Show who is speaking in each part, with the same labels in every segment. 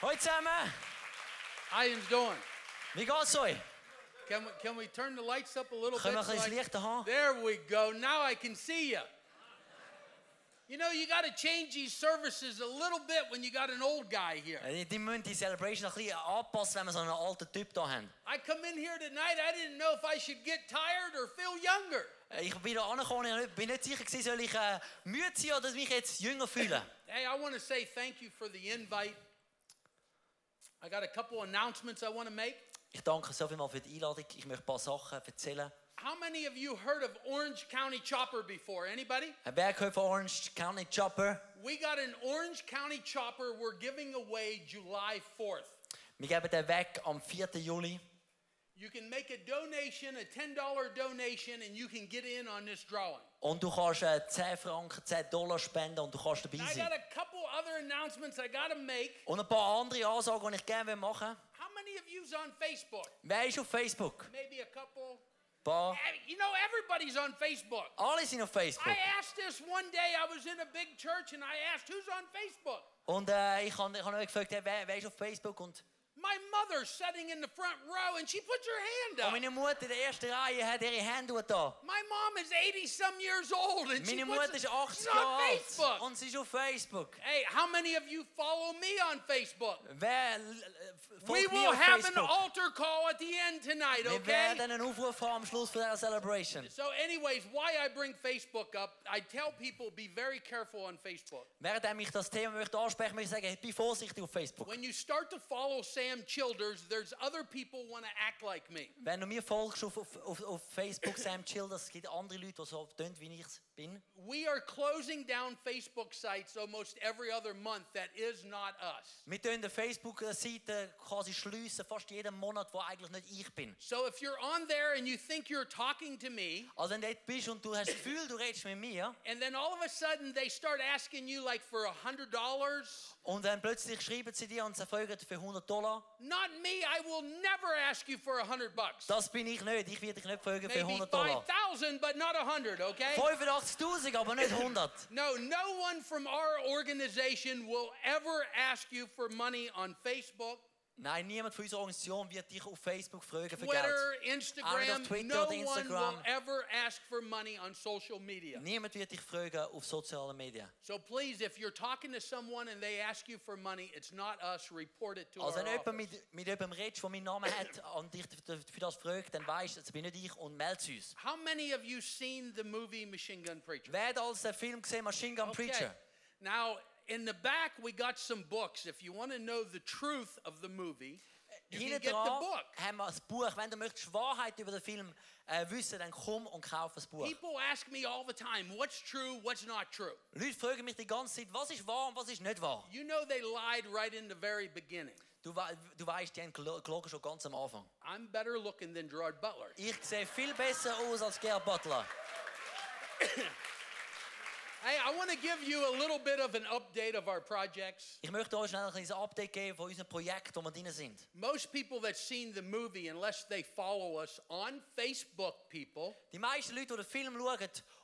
Speaker 1: Hallo zusammen,
Speaker 2: Ian's doing.
Speaker 1: wie geht's euch?
Speaker 2: Can we, can we turn the lights up a little
Speaker 1: Können wir
Speaker 2: bit?
Speaker 1: ein bisschen das
Speaker 2: I-
Speaker 1: Licht haben?
Speaker 2: there we go. Now I can see you. You know, you got to change these services a little bit when you got an old guy here.
Speaker 1: Äh, Die müssen die Celebration noch ein bisschen anpassen, wenn wir so einen alten Typ da haben.
Speaker 2: I come in here tonight, I didn't know if I should get tired or feel younger.
Speaker 1: Äh, Ich bin hier angekommen und ich bin nicht sicher, gewesen, soll ich äh, müde sein oder mich jetzt jünger fühlen.
Speaker 2: Hey, I want to say thank you for the invite. I got a couple announcements I want to make.
Speaker 1: Ich danke so vielmals für die Einladung. Ich möchte ein paar Sachen erzählen.
Speaker 2: How many of you heard of Orange County Chopper before? Anybody?
Speaker 1: Äh, Wer gehört von Orange County Chopper?
Speaker 2: We got an Orange County Chopper we're giving away July 4th.
Speaker 1: Wir geben den weg am 4. Juli.
Speaker 2: You can make a donation, a $10 donation, and you can get in on this drawing.
Speaker 1: Und du kannst äh, 10 Franken, 10 Dollar spenden und du kannst dabei
Speaker 2: I
Speaker 1: sein.
Speaker 2: got a couple other announcements I got to make.
Speaker 1: Und ein paar andere Ansagen, die ich gerne machen will.
Speaker 2: How many of you's on Facebook?
Speaker 1: Wer ist auf Facebook?
Speaker 2: Maybe a couple.
Speaker 1: Ein paar.
Speaker 2: Hey, You know, everybody's on Facebook.
Speaker 1: Alle sind auf Facebook.
Speaker 2: I asked this one day. I was in a big church and I asked, who's on Facebook?
Speaker 1: Und äh, ich habe ich hab euch gefragt, hey, wer, wer ist auf Facebook? Und,
Speaker 2: My mother's sitting in the front row and she puts her
Speaker 1: und
Speaker 2: hand up.
Speaker 1: meine Mutter in der ersten Reihe hat ihre Hände da.
Speaker 2: My mom is 80 some years old and she
Speaker 1: Meine
Speaker 2: puts
Speaker 1: Mutter ist
Speaker 2: she's
Speaker 1: 80
Speaker 2: on
Speaker 1: Jahre alt
Speaker 2: Facebook.
Speaker 1: und sie ist auf Facebook.
Speaker 2: Hey, how many of you follow me on Facebook?
Speaker 1: Wer eh, l- l- folgt
Speaker 2: We
Speaker 1: mir
Speaker 2: will
Speaker 1: auf
Speaker 2: have an
Speaker 1: Facebook?
Speaker 2: altar call at the end tonight,
Speaker 1: Wir
Speaker 2: okay?
Speaker 1: werden einen Aufruf haben am Schluss von dieser Celebration.
Speaker 2: So, anyways, why I bring Facebook up, I tell people be very careful on Facebook.
Speaker 1: Während ich das Thema möchte ansprechen möchte, ich sagen, bin vorsichtig auf Facebook.
Speaker 2: When you start to follow Sam Childers, there's other people want to act like me.
Speaker 1: Wenn du mir folgst auf, auf, auf, auf Facebook, Sam Chill, es gibt andere Leute, die so tun, wie ich bin.
Speaker 2: We are closing down Facebook sites almost every other month that is not us.
Speaker 1: Wir tun die Facebook-Seite eh, quasi schliessen, fast jeden Monat, wo eigentlich nicht ich bin.
Speaker 2: So if you're on there and you think you're talking to me,
Speaker 1: Also wenn du dort bist und du hast das Gefühl, du redest mit mir
Speaker 2: and then all of a sudden they start asking you like for a hundred dollars,
Speaker 1: und dann plötzlich schreiben sie dir und sie fragen für 100 Dollar,
Speaker 2: not me. I will never ask you for a hundred bucks.
Speaker 1: das bin ich nicht, ich werde dich nicht fragen für
Speaker 2: Maybe
Speaker 1: 100 Dollar.
Speaker 2: 5,000, but not 100, okay?
Speaker 1: 85'000, aber nicht 100.
Speaker 2: No, no one from our organization will ever ask you for money on Facebook,
Speaker 1: Nein, niemand von unserer Organisation wird dich auf Facebook fragen für
Speaker 2: Twitter,
Speaker 1: Geld. Out
Speaker 2: Instagram.
Speaker 1: of Twitter
Speaker 2: no
Speaker 1: oder
Speaker 2: one will
Speaker 1: Instagram.
Speaker 2: ever ask for money on social media.
Speaker 1: Niemand wird dich fragen auf sozialen Medien.
Speaker 2: So please, if you're talking to someone and they ask you for money, it's not us. Report it to
Speaker 1: Also
Speaker 2: our
Speaker 1: wenn jemand
Speaker 2: office.
Speaker 1: mit, mit jemandem redest, der meinen Namen hat und dich d- für das fragt, dann weißt du, es bin nicht ich und melde uns.
Speaker 2: How many of you seen the movie Machine Gun Preacher?
Speaker 1: Wer hat als den Film gesehen, Machine Gun Preacher?
Speaker 2: Now, in the back, we got some books. If you want to know the truth of the movie, you can
Speaker 1: Hinten
Speaker 2: get the
Speaker 1: dran
Speaker 2: book.
Speaker 1: haben wir ein Buch. Wenn du möchtest Wahrheit über den Film äh, wissen, dann komm und kauf das Buch.
Speaker 2: People ask me all the time, what's true, what's not true?
Speaker 1: Leute fragen mich die ganze Zeit, was ist wahr und was ist nicht wahr.
Speaker 2: You know they lied right in the very beginning.
Speaker 1: Du, wei- du weißt, die haben gelo- gelogen schon ganz am Anfang.
Speaker 2: I'm better looking than Gerard Butler.
Speaker 1: Ich sehe viel besser aus als Gerhard Butler.
Speaker 2: Hey, I want to give you a little bit of an update of our projects.
Speaker 1: Ich möchte euch schnell ein kleines Update geben von unserem Projekt, wo wir drin sind.
Speaker 2: Most people that's seen the movie, unless they follow us on Facebook, people,
Speaker 1: Die meisten Leute, die den Film schauen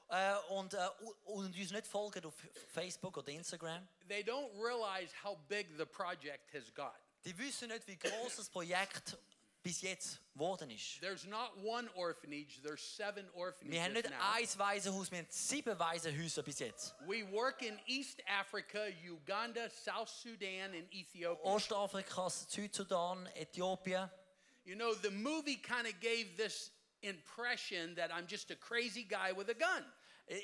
Speaker 1: äh, und, äh, und uns nicht folgen auf Facebook oder Instagram,
Speaker 2: they don't realize how big the project has got.
Speaker 1: die wissen nicht, wie groß das Projekt bis jetzt geworden ist.
Speaker 2: There's not one orphanage, there's seven
Speaker 1: Wir
Speaker 2: orphanages
Speaker 1: haben nicht
Speaker 2: now.
Speaker 1: ein Waisenhaus, wir haben sieben Waisenhäuser bis jetzt.
Speaker 2: We work in East Africa, Uganda, South Sudan, and Ethiopia.
Speaker 1: Ostafrika, Südsudan, Äthiopien.
Speaker 2: You know, the movie kind of gave this impression that I'm just a crazy guy with a gun.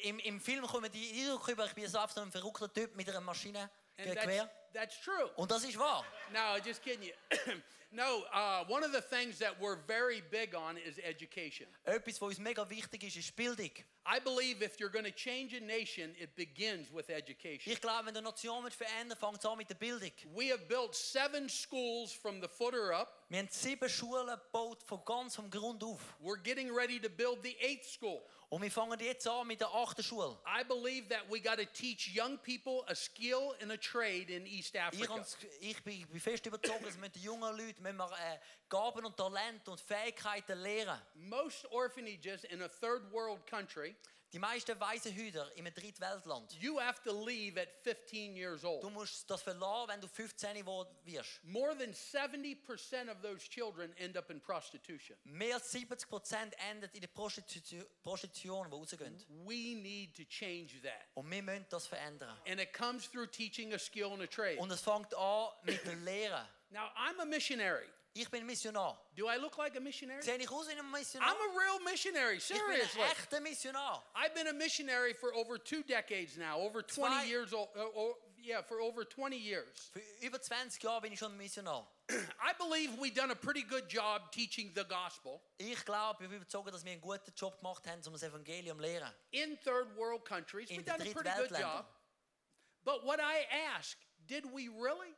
Speaker 1: Im, Im Film kommen die Eindruck über, ich bin so einfach ein verrückter Typ mit einer Maschine.
Speaker 2: And
Speaker 1: Gewehr.
Speaker 2: that's, that's true.
Speaker 1: Und das ist wahr.
Speaker 2: No, just kidding you. no, uh, one of the things that we're very big on is education.
Speaker 1: Etwas, was uns mega wichtig ist, ist Bildung.
Speaker 2: I believe if you're going to change a nation, it begins with education.
Speaker 1: Ich glaube, wenn du eine Nation willst verändern fängt es an mit der Bildung.
Speaker 2: We have built seven schools from the footer up.
Speaker 1: Wir haben sieben Schulen gebaut, von ganz vom Grund auf.
Speaker 2: We're getting ready to build the eighth school.
Speaker 1: Und wir fangen jetzt an mit der achten Schule.
Speaker 2: I believe that we got to teach young people a skill and a trade in East
Speaker 1: Ich,
Speaker 2: Africa.
Speaker 1: und, ich bin, bin fest überzeugt, dass wir den jungen Leuten müssen wir, äh, Gaben und Talente und Fähigkeiten lehren
Speaker 2: Most orphanages in a third world country
Speaker 1: Die meisten weißen Hüter im Drittweltland.
Speaker 2: You have to leave at 15 years
Speaker 1: Du
Speaker 2: old.
Speaker 1: musst das verlassen, wenn du 15 geworden wirst.
Speaker 2: More than 70% of those children end up in prostitution.
Speaker 1: Mehr als 70 Prozent endet in der Prostitu Prostitution, die rausgehen.
Speaker 2: We need to change that.
Speaker 1: Und wir müssen das verändern.
Speaker 2: And it comes through teaching a skill and a trade.
Speaker 1: Und es fängt an mit der Lehre.
Speaker 2: Now, I'm a missionary.
Speaker 1: Ich bin Missionar.
Speaker 2: Do I look like a missionary?
Speaker 1: Sehe ich aus wie ein Missionar?
Speaker 2: I'm a real missionary,
Speaker 1: Ich bin
Speaker 2: seriously.
Speaker 1: ein echter Missionar.
Speaker 2: I've been a missionary for over two decades now, over 20
Speaker 1: Zwei-
Speaker 2: years old. Uh, oh, yeah, for over 20 years.
Speaker 1: Für über 20 Jahre bin ich schon Missionar.
Speaker 2: I believe we've done a pretty good job teaching the gospel
Speaker 1: Ich glaube, ich bin überzeugt, dass wir einen guten Job gemacht haben, um das Evangelium zu lehren.
Speaker 2: in third world countries.
Speaker 1: In
Speaker 2: We've
Speaker 1: den
Speaker 2: done a pretty good job.
Speaker 1: Drittweltländern.
Speaker 2: But what I ask, did we really?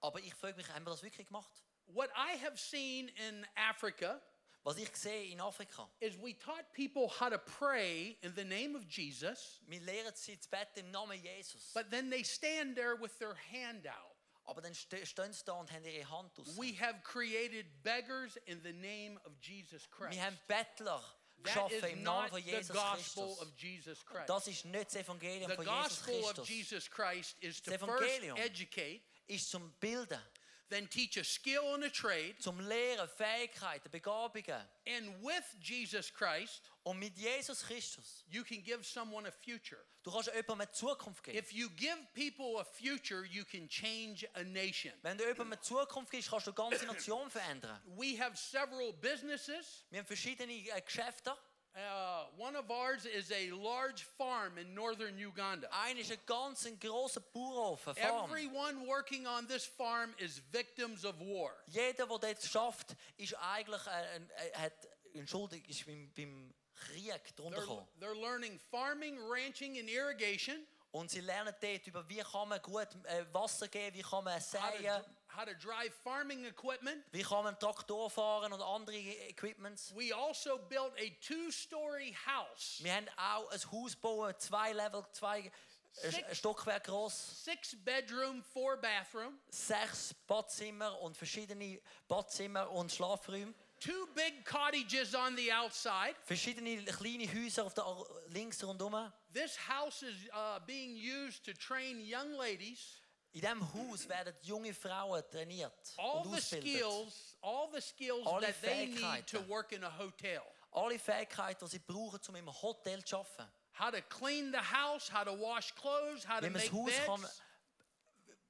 Speaker 1: Aber ich frage mich, haben wir das wirklich gemacht?
Speaker 2: What I have seen in Africa
Speaker 1: Was ich sehe in Afrika,
Speaker 2: is we taught people how to pray in the name of Jesus,
Speaker 1: wir lehren sie zu beten im Namen Jesus.
Speaker 2: but then they stand there with their hand out.
Speaker 1: Aber dann ste- stehen sie da und haben ihre Hand aus.
Speaker 2: We have created beggars in the name of Jesus Christ.
Speaker 1: Wir haben Bettler
Speaker 2: That
Speaker 1: geschaffen
Speaker 2: is
Speaker 1: im Namen
Speaker 2: not
Speaker 1: von
Speaker 2: the
Speaker 1: Jesus
Speaker 2: gospel
Speaker 1: Christus.
Speaker 2: of Jesus Christ.
Speaker 1: Das ist nicht das Evangelium
Speaker 2: The
Speaker 1: von Jesus
Speaker 2: gospel of
Speaker 1: Christus.
Speaker 2: Jesus Christ is to
Speaker 1: Das
Speaker 2: first
Speaker 1: Evangelium.
Speaker 2: educate,
Speaker 1: Ist zum Bilden,
Speaker 2: then teach a skill and a trade,
Speaker 1: zum Lehren, Fähigkeiten, Begabungen.
Speaker 2: and with Jesus Christ,
Speaker 1: Und mit Jesus Christus,
Speaker 2: you can give someone a future.
Speaker 1: du kannst jemandem eine Zukunft geben.
Speaker 2: If you give people a future, you can change a nation.
Speaker 1: Wenn du jemandem eine Zukunft gibst, kannst du die ganze Nation verändern.
Speaker 2: We have several businesses.
Speaker 1: Wir haben verschiedene äh, Geschäfte.
Speaker 2: Uh, one of ours is a large farm in northern Uganda.
Speaker 1: Einer ist ein ganz ein grosser Bauernhof, eine Farm.
Speaker 2: Everyone working on this farm is victims of war.
Speaker 1: Jeder, der dort schafft, ist eigentlich äh, ein, äh, hat eine Schuld, ist beim, beim Krieg drunter
Speaker 2: They're,
Speaker 1: gekommen.
Speaker 2: they're learning farming, ranching, and irrigation.
Speaker 1: Und sie lernen dort über, wie kann man gut äh, Wasser geben, wie kann
Speaker 2: How
Speaker 1: man
Speaker 2: to, dr-
Speaker 1: säen,
Speaker 2: how to drive farming equipment.
Speaker 1: wie kann man Traktor fahren und andere Equipments.
Speaker 2: We also built a two-story house,
Speaker 1: Wir haben auch ein Haus gebaut, zwei Level, zwei äh,
Speaker 2: Six-
Speaker 1: ein Stockwerk groß,
Speaker 2: six-bedroom, four-bathroom,
Speaker 1: sechs Badzimmer und verschiedene Badzimmer und Schlafräume.
Speaker 2: two big cottages on the outside.
Speaker 1: Verschiedene kleine Häuser auf der Ar- links rundherum.
Speaker 2: This house is uh, being used to train young ladies.
Speaker 1: In diesem Haus werden junge Frauen trainiert
Speaker 2: All
Speaker 1: und
Speaker 2: the
Speaker 1: ausgebildet.
Speaker 2: skills, all the skills
Speaker 1: Alle
Speaker 2: that they need to
Speaker 1: Fähigkeiten.
Speaker 2: work in a hotel.
Speaker 1: Alle Fähigkeiten, die sie brauchen, um im Hotel zu arbeiten.
Speaker 2: How to clean the house, how to wash clothes, how to
Speaker 1: Wie man
Speaker 2: make
Speaker 1: das Haus
Speaker 2: beds.
Speaker 1: kann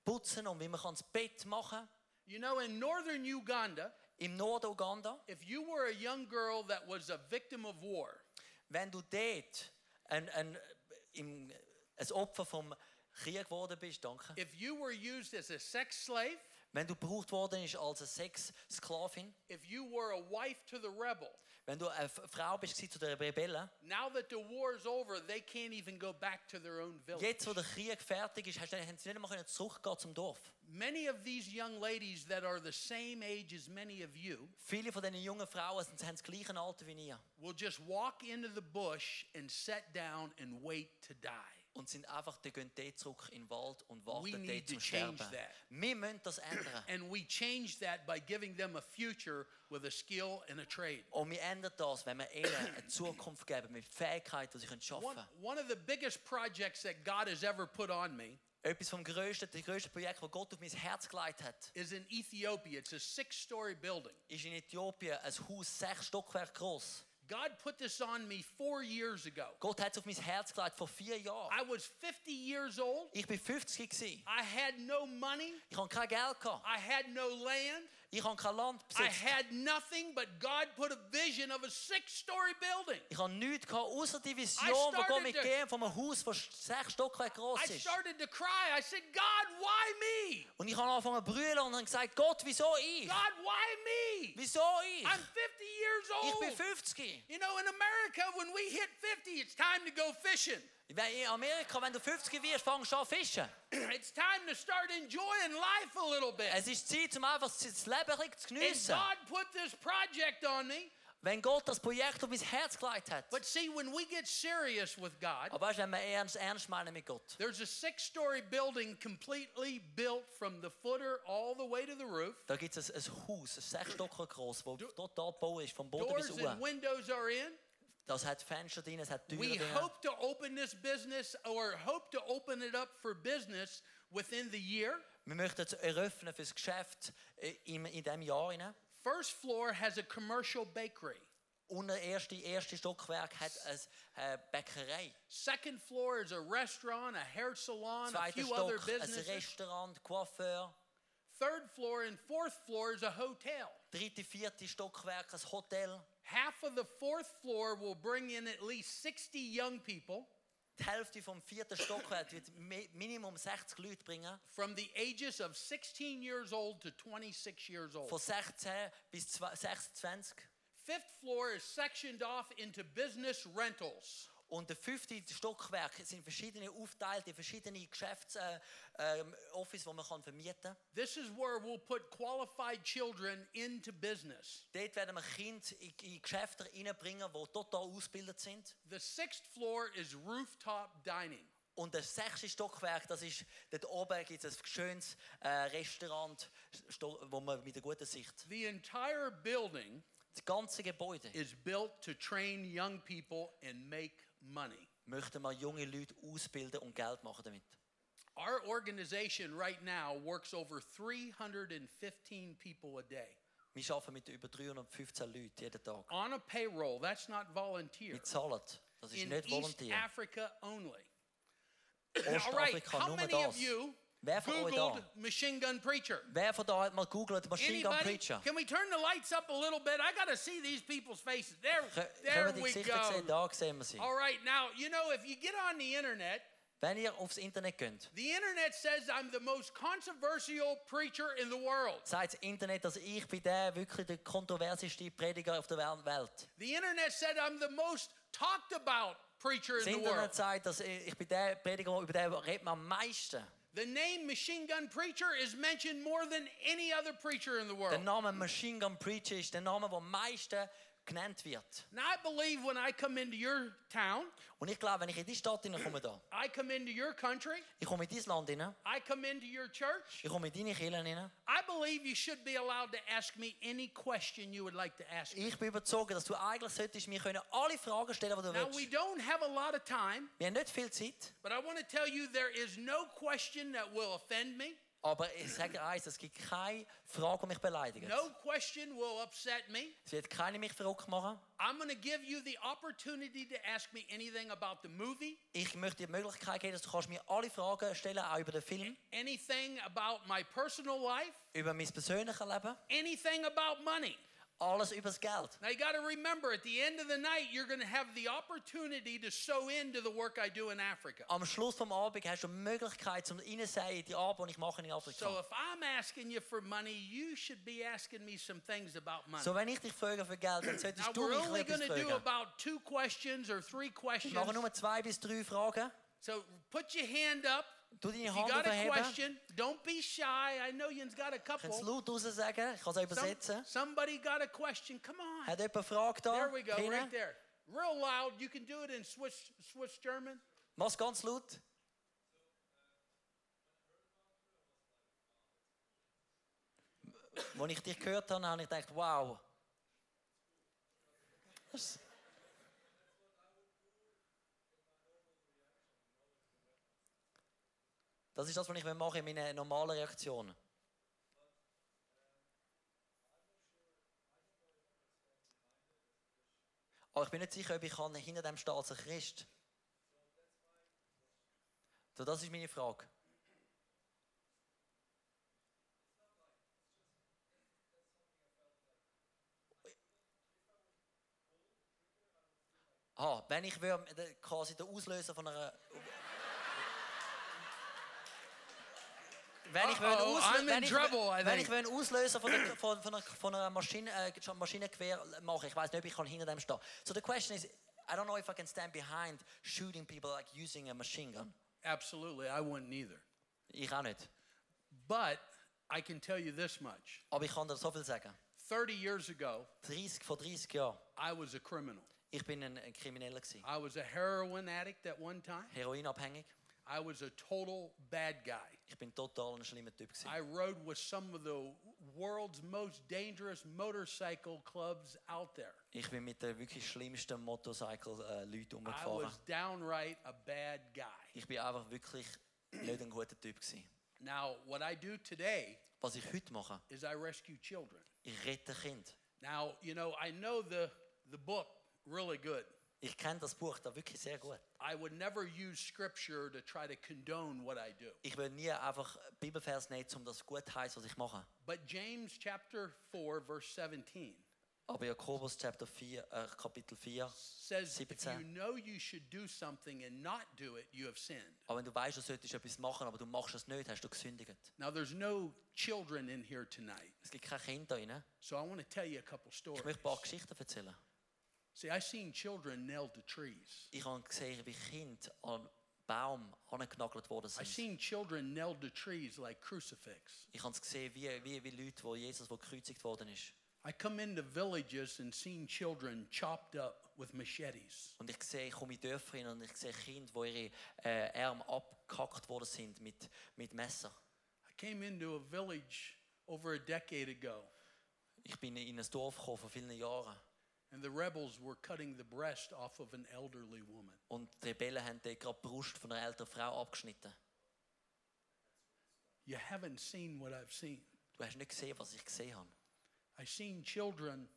Speaker 1: putzen und wie man kann das Bett machen kann.
Speaker 2: You know, in northern Uganda,
Speaker 1: Im Norden Uganda,
Speaker 2: if you were a young girl that was a victim of war,
Speaker 1: wenn du dort ein, ein, im, ein Opfer vom Krieg geworden bist, danke.
Speaker 2: if you were used as a sex slave,
Speaker 1: Wenn du gebraucht worden bist als eine Sexsklavin,
Speaker 2: if you were a wife to the rebel,
Speaker 1: wenn du eine F- Frau bist gewesen zu der Rebellen,
Speaker 2: now that the war is over, they can't even go back to their own village.
Speaker 1: jetzt, wo der Krieg fertig ist, hast du- haben sie nicht mehr können zurückgehen zum Dorf.
Speaker 2: Many of these young ladies that are the same age as many of you
Speaker 1: Viele von diesen jungen Frauen sind, haben das gleiche Alter wie ihr
Speaker 2: will just walk into the bush and sit down and wait to die.
Speaker 1: und sind einfach, die gehen dort zurück in den Wald und warten
Speaker 2: need
Speaker 1: dort
Speaker 2: to
Speaker 1: zum
Speaker 2: change
Speaker 1: Sterben.
Speaker 2: that.
Speaker 1: Wir müssen das ändern.
Speaker 2: And we change that by giving them a future with a skill and a trade.
Speaker 1: Und wir ändern das, wenn wir ihnen eine Zukunft geben mit Fähigkeiten, die sie können schaffen
Speaker 2: One,
Speaker 1: können.
Speaker 2: one of the biggest projects that God has ever put on me
Speaker 1: Etwas vom grössten, das grösste Projekt, das Gott auf mein Herz gelegt hat,
Speaker 2: is in Ethiopia. It's a six story building.
Speaker 1: ist in Äthiopien ein Haus, sechs Stockwerke groß.
Speaker 2: God put this on me four years ago.
Speaker 1: Gott hat es auf mein Herz gelegt vor vier Jahren.
Speaker 2: I was 50 years old.
Speaker 1: Ich bin 50 gewesen.
Speaker 2: I had no money.
Speaker 1: Ich habe kein Geld gehabt.
Speaker 2: I had no land.
Speaker 1: Ich habe kein Land
Speaker 2: I
Speaker 1: besitzt.
Speaker 2: had nothing, but God put a vision of a six story building.
Speaker 1: Ich habe nichts gehabt, außer die
Speaker 2: I
Speaker 1: Vision, die
Speaker 2: started
Speaker 1: Gott mir
Speaker 2: to-
Speaker 1: gegeben hat, von einem Haus, das sechs Stockwerke groß
Speaker 2: I
Speaker 1: ist.
Speaker 2: started to cry. I said, God, why me?
Speaker 1: Und ich habe angefangen zu brüllen und habe gesagt, Gott, wieso ich?
Speaker 2: God, why me?
Speaker 1: Wieso ich?
Speaker 2: I'm 50 years
Speaker 1: Ich
Speaker 2: old.
Speaker 1: bin 50.
Speaker 2: You know, in America, when we hit 50, it's time to go fishing.
Speaker 1: Wenn- In Amerika, wenn du 50 wirst, fangst du an zu fischen.
Speaker 2: it's time to start enjoying life a little bit.
Speaker 1: Es ist Zeit, um einfach das Leben ein bisschen zu
Speaker 2: And
Speaker 1: geniessen.
Speaker 2: God put this project on me.
Speaker 1: Wenn Gott das Projekt auf mein Herz gelegt hat.
Speaker 2: But see, when we get serious with God,
Speaker 1: Aber weißt du, wenn wir ernst, ernst meinen mit Gott,
Speaker 2: there's a six story building completely built from the footer all the way to the roof.
Speaker 1: da gibt es ein, ein Haus, ein sechs Stocker groß, wo total gebaut ist, vom Boden bis
Speaker 2: Doors
Speaker 1: oben.
Speaker 2: and windows are in.
Speaker 1: Das hat Fenster drin, es hat Türen
Speaker 2: We
Speaker 1: drin.
Speaker 2: hope to open this business or hope to open it up for business within the year.
Speaker 1: Wir möchten es eröffnen fürs Geschäft äh, im, in diesem Jahr. Rein.
Speaker 2: First floor has a commercial bakery.
Speaker 1: Und der erste, erste Stockwerk hat eine Bäckerei.
Speaker 2: Second floor is a restaurant, a hair salon, a
Speaker 1: Zweiter
Speaker 2: few other
Speaker 1: Stock, ein
Speaker 2: businesses.
Speaker 1: Restaurant, Coiffeur.
Speaker 2: Third floor and fourth floor is a hotel.
Speaker 1: Dritte, vierte Stockwerk, ein Hotel.
Speaker 2: Half of the fourth floor will bring in at least 60 young people
Speaker 1: Die Hälfte vom vierten Stockwerk wird mi Minimum 60 Leute bringen.
Speaker 2: from the ages of 16 years old to 26 years
Speaker 1: Von
Speaker 2: old.
Speaker 1: 16 bis 26.
Speaker 2: Fifth floor is sectioned off into business rentals.
Speaker 1: Und der fünfte Stockwerk sind verschiedene aufteilte, verschiedene Geschäfts äh, ähm, Office, die man kann vermieten kann.
Speaker 2: This is where we'll put qualified children into business.
Speaker 1: Dort werden wir Kinder in, in Geschäfte reinbringen, die total ausgebildet sind.
Speaker 2: The sixth floor is rooftop dining.
Speaker 1: Und das sechste Stockwerk, das ist, dort oben gibt es ein schönes äh, Restaurant, sto- wo man mit einer guten Sicht.
Speaker 2: The entire building
Speaker 1: Das ganze Gebäude
Speaker 2: is built to train young people and make money.
Speaker 1: möchten wir junge Leute ausbilden und Geld machen damit.
Speaker 2: Our organization right now works over 315 people a day
Speaker 1: Wir arbeiten mit über 315 Leuten jeden Tag.
Speaker 2: on a payroll. That's not volunteer.
Speaker 1: Wir zahlen. Das ist
Speaker 2: In
Speaker 1: nicht
Speaker 2: East
Speaker 1: volontier.
Speaker 2: Africa only. All right,
Speaker 1: Ostafrika
Speaker 2: how
Speaker 1: nur
Speaker 2: many of
Speaker 1: das.
Speaker 2: you
Speaker 1: Wer von euch da?
Speaker 2: Googled machine gun preacher?
Speaker 1: Wer von da hat mal googelt Machine Gun
Speaker 2: Anybody?
Speaker 1: Preacher?
Speaker 2: Can we turn the lights up a little bit? I got to see these people's faces. There,
Speaker 1: Kö-
Speaker 2: there
Speaker 1: Können wir die
Speaker 2: we
Speaker 1: Gesichter sehen?
Speaker 2: go.
Speaker 1: Da sehen wir sie.
Speaker 2: All right, now, you know, if you get on the internet,
Speaker 1: Wenn ihr aufs Internet geht,
Speaker 2: the internet says I'm the most controversial preacher in the world.
Speaker 1: sagt das Internet, dass ich bin der wirklich der kontroverseste Prediger auf der Wel- Welt.
Speaker 2: The internet said I'm the most talked about preacher
Speaker 1: Das
Speaker 2: in the world.
Speaker 1: Internet sagt, dass ich, ich bin der Prediger, der- über den redet man am meisten.
Speaker 2: The name machine gun preacher is mentioned more than any other preacher in the
Speaker 1: Der
Speaker 2: world.
Speaker 1: Name Machine Gun Preacher ist der Name, der am meisten genannt wird.
Speaker 2: Now I believe when I come into your town,
Speaker 1: Und ich glaube, wenn ich in die Stadt hineinkomme, da,
Speaker 2: I come into your country,
Speaker 1: ich komme in dein Land hinein,
Speaker 2: I come into your church,
Speaker 1: ich komme in deine Kirche hinein,
Speaker 2: I believe you should be allowed to ask me any question you would like to ask me.
Speaker 1: ich bin überzeugt, dass du eigentlich solltest mir können alle Fragen stellen, die du
Speaker 2: Now, we
Speaker 1: willst.
Speaker 2: don't have a lot of time,
Speaker 1: Wir haben nicht viel Zeit,
Speaker 2: but I want to tell you there is no question that will offend me,
Speaker 1: aber ich sage eins, es gibt keine Frage, die mich beleidigt.
Speaker 2: no question will upset me.
Speaker 1: Es wird keine mich verrückt machen.
Speaker 2: I'm going to give you the opportunity to ask me anything about the movie,
Speaker 1: Ich möchte dir die Möglichkeit geben, dass du kannst mir alle Fragen stellen auch über den Film,
Speaker 2: anything about my personal life,
Speaker 1: über mein persönliches Leben,
Speaker 2: anything about money.
Speaker 1: alles über das Geld.
Speaker 2: Now, you got to remember at the end of the night, you're going to have the opportunity to sow into the work I do in Africa.
Speaker 1: Am Schluss vom Abend hast du die Möglichkeit, zum hineinzusehen in die Arbeit, die ich mache in Afrika.
Speaker 2: So
Speaker 1: So,
Speaker 2: if I'm asking you for money, you should be asking me some things about money.
Speaker 1: wenn ich dich frage für Geld, dann solltest
Speaker 2: now
Speaker 1: du
Speaker 2: we're
Speaker 1: mich
Speaker 2: only
Speaker 1: etwas
Speaker 2: going to do
Speaker 1: fragen.
Speaker 2: about two questions or three
Speaker 1: Ich
Speaker 2: questions.
Speaker 1: mache nur zwei bis drei Fragen.
Speaker 2: So put your hand up.
Speaker 1: Tu deine
Speaker 2: If you
Speaker 1: Hand
Speaker 2: got a
Speaker 1: aufheben.
Speaker 2: question, don't be shy. I know you've got a
Speaker 1: Ich kann es
Speaker 2: couple.
Speaker 1: laut raus sagen. Ich kann es auch
Speaker 2: Some-
Speaker 1: übersetzen.
Speaker 2: somebody got a question. Come on.
Speaker 1: Hat jemand eine Frage da?
Speaker 2: There we go,
Speaker 1: Hinten?
Speaker 2: right there. Real loud. You can do it in Swiss Swiss German.
Speaker 1: Mach's ganz laut. Als ich dich gehört habe, habe ich gedacht, wow. Das- Das ist das, was ich mache in meinen normalen Reaktionen. Aber ich bin nicht sicher, ob ich kann hinter dem steht als ein Christ. So, das ist meine Frage. Ah, wenn ich würde, der- quasi der Auslöser von einer. Wenn ich, würde
Speaker 2: Uh-oh,
Speaker 1: auslö
Speaker 2: I'm in
Speaker 1: wenn, ich,
Speaker 2: trouble, I
Speaker 1: wö- wenn
Speaker 2: think.
Speaker 1: ich würde Auslöser von, der, von, von, einer, von einer Maschine, äh, Maschinengewehr machen, ich weiß nicht, ob ich kann hinter dem stehen. So the question is, I don't know if I can stand behind shooting people like using a machine gun.
Speaker 2: Absolutely, I wouldn't either.
Speaker 1: Ich auch nicht.
Speaker 2: But I can tell you this much:
Speaker 1: Aber ich kann dir so viel sagen.
Speaker 2: 30 years ago,
Speaker 1: 30, vor 30 Jahren,
Speaker 2: I was a criminal.
Speaker 1: ich bin ein, ein Krimineller. Gewesen.
Speaker 2: I was a heroin addict at one time.
Speaker 1: Heroinabhängig.
Speaker 2: I was a total bad guy.
Speaker 1: Ich bin total ein schlimmer Typ. Gewesen.
Speaker 2: I rode with some of the world's most dangerous motorcycle clubs out there.
Speaker 1: Ich bin mit den wirklich schlimmsten äh, Motorcycle-Leuten
Speaker 2: I
Speaker 1: umgefahren.
Speaker 2: was downright a bad guy.
Speaker 1: Ich bin einfach wirklich nicht ein guter Typ gewesen.
Speaker 2: Now, what I do today
Speaker 1: Was ich heute mache,
Speaker 2: is I rescue children.
Speaker 1: ich rette Kinder.
Speaker 2: Now, you know, I know the, the book really good.
Speaker 1: Ich kenne das Buch da wirklich sehr gut.
Speaker 2: I would never use scripture to try to condone what I do.
Speaker 1: Ich will nie einfach Bibelvers nehmen, um das gut zu heissen, was ich mache.
Speaker 2: But James chapter 4, verse 17
Speaker 1: Aber Jakobus Chapter 4, äh, Kapitel 4,
Speaker 2: says, If
Speaker 1: Siebzehn.
Speaker 2: you know you should do something and not do it, you have sinned.
Speaker 1: aber wenn du weißt, du solltest etwas machen, aber du machst es nicht, hast du gesündigt.
Speaker 2: Now, there's no children in here tonight,
Speaker 1: Es gibt keine Kinder da drin.
Speaker 2: so I want to tell you a couple
Speaker 1: Ich
Speaker 2: stories.
Speaker 1: möchte ein paar Geschichten erzählen.
Speaker 2: See, i seen children nailed to trees.
Speaker 1: Ich habe gesehen, wie Kinder an einen Baum angenagelt worden
Speaker 2: i
Speaker 1: sind.
Speaker 2: seen children nailed to trees like crucifix.
Speaker 1: Ich habe es gesehen, wie, wie, wie Leute, wo Jesus wo gekreuzigt worden ist.
Speaker 2: I come into villages and seen children chopped up with machetes.
Speaker 1: Und ich sehe, ich komme in Dörfer hin und ich sehe Kinder, wo ihre äh, Arme abgehackt worden sind mit, mit Messer.
Speaker 2: I came into a village over a decade ago,
Speaker 1: Ich bin in ein Dorf gekommen vor vielen Jahren
Speaker 2: and the rebels were cutting the breast off of an elderly woman.
Speaker 1: und die Rebellen haben dort gerade die Brust von einer älteren Frau abgeschnitten.
Speaker 2: You haven't seen what I've seen.
Speaker 1: Du hast nicht gesehen, was ich gesehen habe.
Speaker 2: I seen children,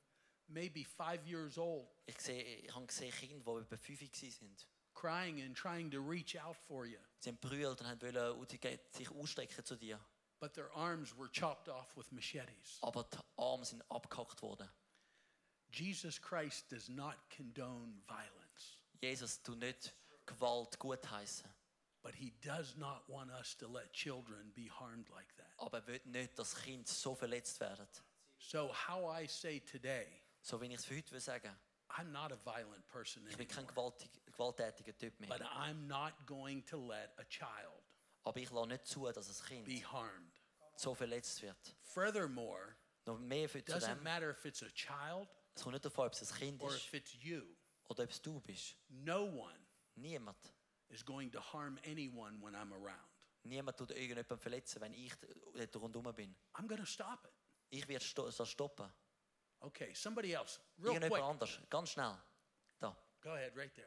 Speaker 2: maybe five years old,
Speaker 1: Ich, sehe, ich habe gesehen Kinder, die etwa fünf waren.
Speaker 2: crying and trying to reach out for you,
Speaker 1: Sie haben brüllt und haben wollen rausgehen, sich ausstrecken zu dir.
Speaker 2: but their arms were chopped off with machetes.
Speaker 1: Aber die Arme sind abgehackt worden.
Speaker 2: Jesus Christ does not condone violence,
Speaker 1: Jesus, du nicht Gewalt gutheissen.
Speaker 2: but he does not want us to let children be harmed like that.
Speaker 1: Aber er will nicht, dass Kinder so verletzt werden.
Speaker 2: So, how I say today,
Speaker 1: So wie ich es für heute will sagen
Speaker 2: I'm not a violent person
Speaker 1: Ich bin
Speaker 2: anymore.
Speaker 1: kein gewaltig, gewalttätiger Typ mehr.
Speaker 2: But I'm not going to let a child
Speaker 1: Aber ich lasse nicht zu, dass ein Kind
Speaker 2: be harmed.
Speaker 1: so verletzt wird.
Speaker 2: Furthermore,
Speaker 1: Noch mehr für
Speaker 2: it
Speaker 1: zu
Speaker 2: doesn't
Speaker 1: dem.
Speaker 2: matter if it's a child
Speaker 1: Es kommt nicht davon, ob es ein Kind
Speaker 2: or
Speaker 1: ist
Speaker 2: if it's you.
Speaker 1: oder ob es du bist.
Speaker 2: No one
Speaker 1: Niemand.
Speaker 2: is going to harm anyone when I'm around.
Speaker 1: Niemand tut irgendjemanden verletzen, wenn ich dort rundherum bin.
Speaker 2: I'm going to stop it.
Speaker 1: Ich werde sto das stoppen.
Speaker 2: Okay, somebody else, real quick.
Speaker 1: Irgendjemand anders. Ganz schnell. Da.
Speaker 2: Go ahead, right there.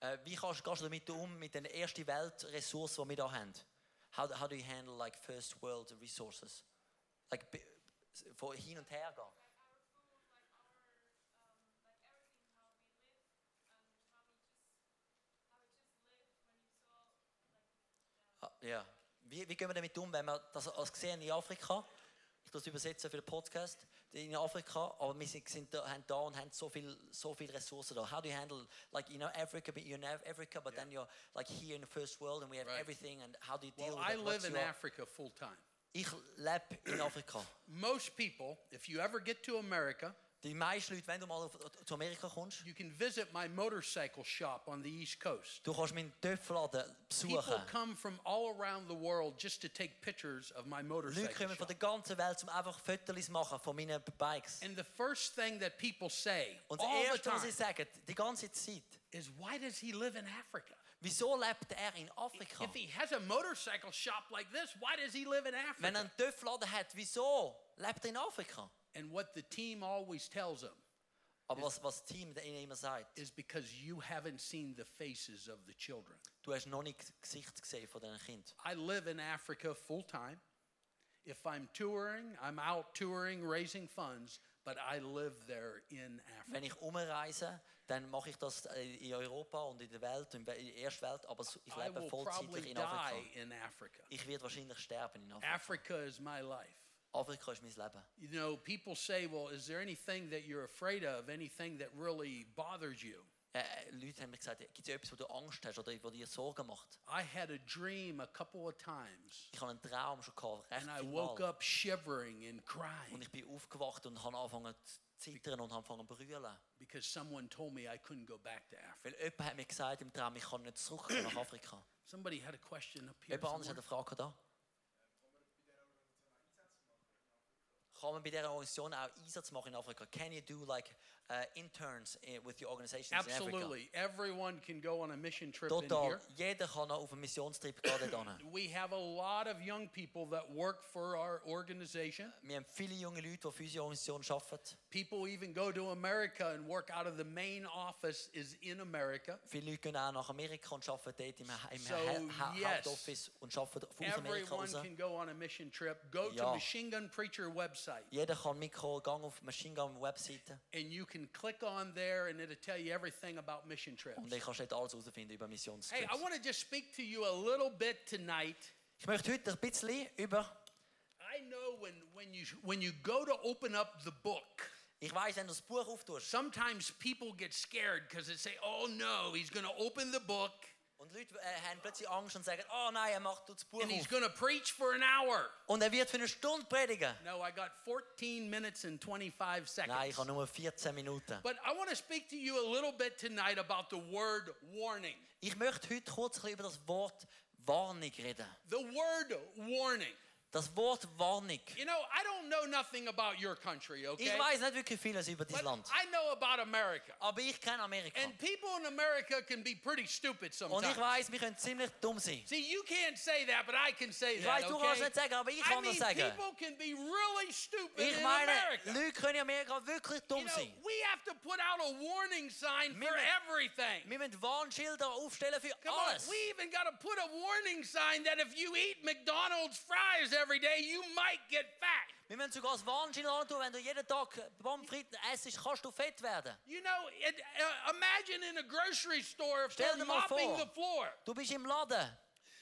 Speaker 1: Äh, wie kannst, gehst du damit um, mit den ersten Weltressourcen, die wir hier haben? How, how do you handle like first world resources? Like, bi- von hin und her gehen. Ah, Ja. Wie, wie gehen wir damit um, wenn wir das als gesehen in Afrika, ich das übersetze für den Podcast, in Afrika, aber wir sind, sind da, haben da und haben so viel, so viel Ressourcen da. How do you handle, like you know Africa, but you're in Africa, but then you're like here in the first world and we have
Speaker 2: Right.
Speaker 1: everything and how do you deal
Speaker 2: Well,
Speaker 1: with
Speaker 2: I
Speaker 1: that? What's
Speaker 2: live in
Speaker 1: your-
Speaker 2: Africa full time.
Speaker 1: Ich lebe in Afrika.
Speaker 2: Most people, if you ever get to America,
Speaker 1: Die meisten Leute, wenn du mal auf, zu Amerika kommst,
Speaker 2: you can visit my motorcycle shop on the East Coast.
Speaker 1: du kannst meinen Töpfladen
Speaker 2: People
Speaker 1: besuchen.
Speaker 2: come from all around the world just to take pictures of my motorcycle
Speaker 1: Leute kommen von
Speaker 2: shop.
Speaker 1: der ganzen Welt, um einfach Fotos zu machen von meinen Bikes.
Speaker 2: And the first thing that people say
Speaker 1: Und das
Speaker 2: all the
Speaker 1: Erste,
Speaker 2: time
Speaker 1: was ich sage, die ganze Zeit,
Speaker 2: is, why does he live in Africa?
Speaker 1: wieso lebt er in Afrika?
Speaker 2: If he has a motorcycle shop like this, why does he live in
Speaker 1: Wenn er
Speaker 2: Africa?
Speaker 1: einen Töpfladen hat, wieso lebt er in Afrika?
Speaker 2: And what the team always tells them
Speaker 1: Aber was, was das Team ihnen immer sagt,
Speaker 2: is because you haven't seen the faces of the children.
Speaker 1: du hast noch nicht das Gesicht gesehen von diesen Kind.
Speaker 2: I live in Africa full time. If I'm touring, I'm out touring, raising funds, but I live there in
Speaker 1: Wenn
Speaker 2: Africa.
Speaker 1: ich umreise, dann mache ich das äh, in Europa und in der Welt, in der ersten Welt, aber so- ich
Speaker 2: I
Speaker 1: lebe
Speaker 2: will
Speaker 1: vollzeitlich
Speaker 2: probably
Speaker 1: E in Afrika.
Speaker 2: die in Africa.
Speaker 1: Ich werde wahrscheinlich sterben in Afrika.
Speaker 2: Africa is my life.
Speaker 1: Afrika ist mein Leben.
Speaker 2: You know, people say, well, is there anything that you're afraid of, anything that really bothers you?
Speaker 1: Äh, äh, Leute haben mir gesagt, gibt es etwas, wo du Angst hast oder wo dir Sorgen macht?
Speaker 2: I had a dream a couple of times,
Speaker 1: Ich habe einen Traum schon gehabt, recht
Speaker 2: and Genau, I
Speaker 1: viel
Speaker 2: woke
Speaker 1: Mal.
Speaker 2: up shivering and
Speaker 1: Und
Speaker 2: crying
Speaker 1: ich bin aufgewacht und habe angefangen zu zittern und habe angefangen zu brüllen.
Speaker 2: because someone told me I couldn't go back to Africa.
Speaker 1: Weil jemand hat mir gesagt im Traum, ich kann nicht zurück nach Afrika.
Speaker 2: Somebody had a question up here.
Speaker 1: Jemand anders
Speaker 2: somewhere.
Speaker 1: hat eine Frage da. kann man bei dieser Organisation auch Einsatz machen in Afrika? Can you do like uh, interns in, with your organizations in Africa?
Speaker 2: Absolutely. Everyone can go on a mission trip in
Speaker 1: Total.
Speaker 2: here.
Speaker 1: Jeder kann auch auf einen Missionstrip gehen dort hin.
Speaker 2: We have a lot of young people that work for our organization.
Speaker 1: Wir haben viele junge Leute, die für unsere Organisation arbeiten.
Speaker 2: People even go to America and work out of the main office is in America.
Speaker 1: Viele Leute gehen auch nach Amerika und arbeiten dort im, im
Speaker 2: So,
Speaker 1: ha
Speaker 2: yes.
Speaker 1: ha Hauptoffice und arbeiten von aus Amerika
Speaker 2: Everyone
Speaker 1: raus.
Speaker 2: can go on a mission trip. Go
Speaker 1: Ja.
Speaker 2: to Machine Gun Preacher website
Speaker 1: Jeder kann mitkommen, gang auf die Machine Gun Webseite
Speaker 2: and you can click on there and it'll tell you everything about mission trips.
Speaker 1: und dann kannst du dort alles herausfinden über
Speaker 2: Hey,
Speaker 1: Missionstrips.
Speaker 2: I want to just speak to you a little bit tonight.
Speaker 1: ich möchte heute ein bisschen über...
Speaker 2: I know when, when, you, when you go to open up the book,
Speaker 1: Ich weiß, wenn du das Buch auftust
Speaker 2: sometimes people get scared because they say, oh no, he's going to open the book
Speaker 1: und Leute äh, haben plötzlich Angst und sagen, oh nein, er macht das Buch
Speaker 2: and he's
Speaker 1: auf.
Speaker 2: going to preach for an hour.
Speaker 1: Und er wird für eine Stunde predigen.
Speaker 2: No, I got 14 minutes and 25 seconds.
Speaker 1: Nein, ich habe nur 14 Minuten.
Speaker 2: But I want to speak to you a little bit tonight about the word warning.
Speaker 1: Ich möchte heute kurz ein bisschen über das Wort Warnung reden.
Speaker 2: The word warning.
Speaker 1: Das Wort Warnung.
Speaker 2: You know, I don't know nothing about your country, okay?
Speaker 1: Ich weiß nicht wirklich vieles über
Speaker 2: but
Speaker 1: dein Land.
Speaker 2: I know about America.
Speaker 1: Aber ich kenne Amerika.
Speaker 2: And people in America can be pretty stupid
Speaker 1: Und
Speaker 2: sometimes.
Speaker 1: ich weiß, wir können ziemlich dumm sein.
Speaker 2: See, you can't say that, but I can say
Speaker 1: Ich
Speaker 2: that.
Speaker 1: weiß, du kannst
Speaker 2: okay?
Speaker 1: nicht sagen, aber ich
Speaker 2: I
Speaker 1: kann das
Speaker 2: mean,
Speaker 1: sagen.
Speaker 2: people can be really stupid
Speaker 1: Ich
Speaker 2: in
Speaker 1: meine,
Speaker 2: America.
Speaker 1: Leute können in Amerika wirklich
Speaker 2: You
Speaker 1: dumm
Speaker 2: know,
Speaker 1: sein.
Speaker 2: we have to put out a warning sign
Speaker 1: Wir
Speaker 2: for
Speaker 1: mü-
Speaker 2: everything.
Speaker 1: Wir müssen Warnschilder aufstellen für
Speaker 2: Come on,
Speaker 1: alles.
Speaker 2: we even got to put a warning sign that if you eat McDonald's fries every day, you might get fat.
Speaker 1: Wir müssen sogar das Warnschild antun, wenn du jeden Tag Pommes frites isst, kannst du fett werden.
Speaker 2: You know, it, uh, imagine in a grocery store if
Speaker 1: Stel
Speaker 2: they're
Speaker 1: je maar
Speaker 2: mopping
Speaker 1: voor.
Speaker 2: the floor.
Speaker 1: Du bist im Laden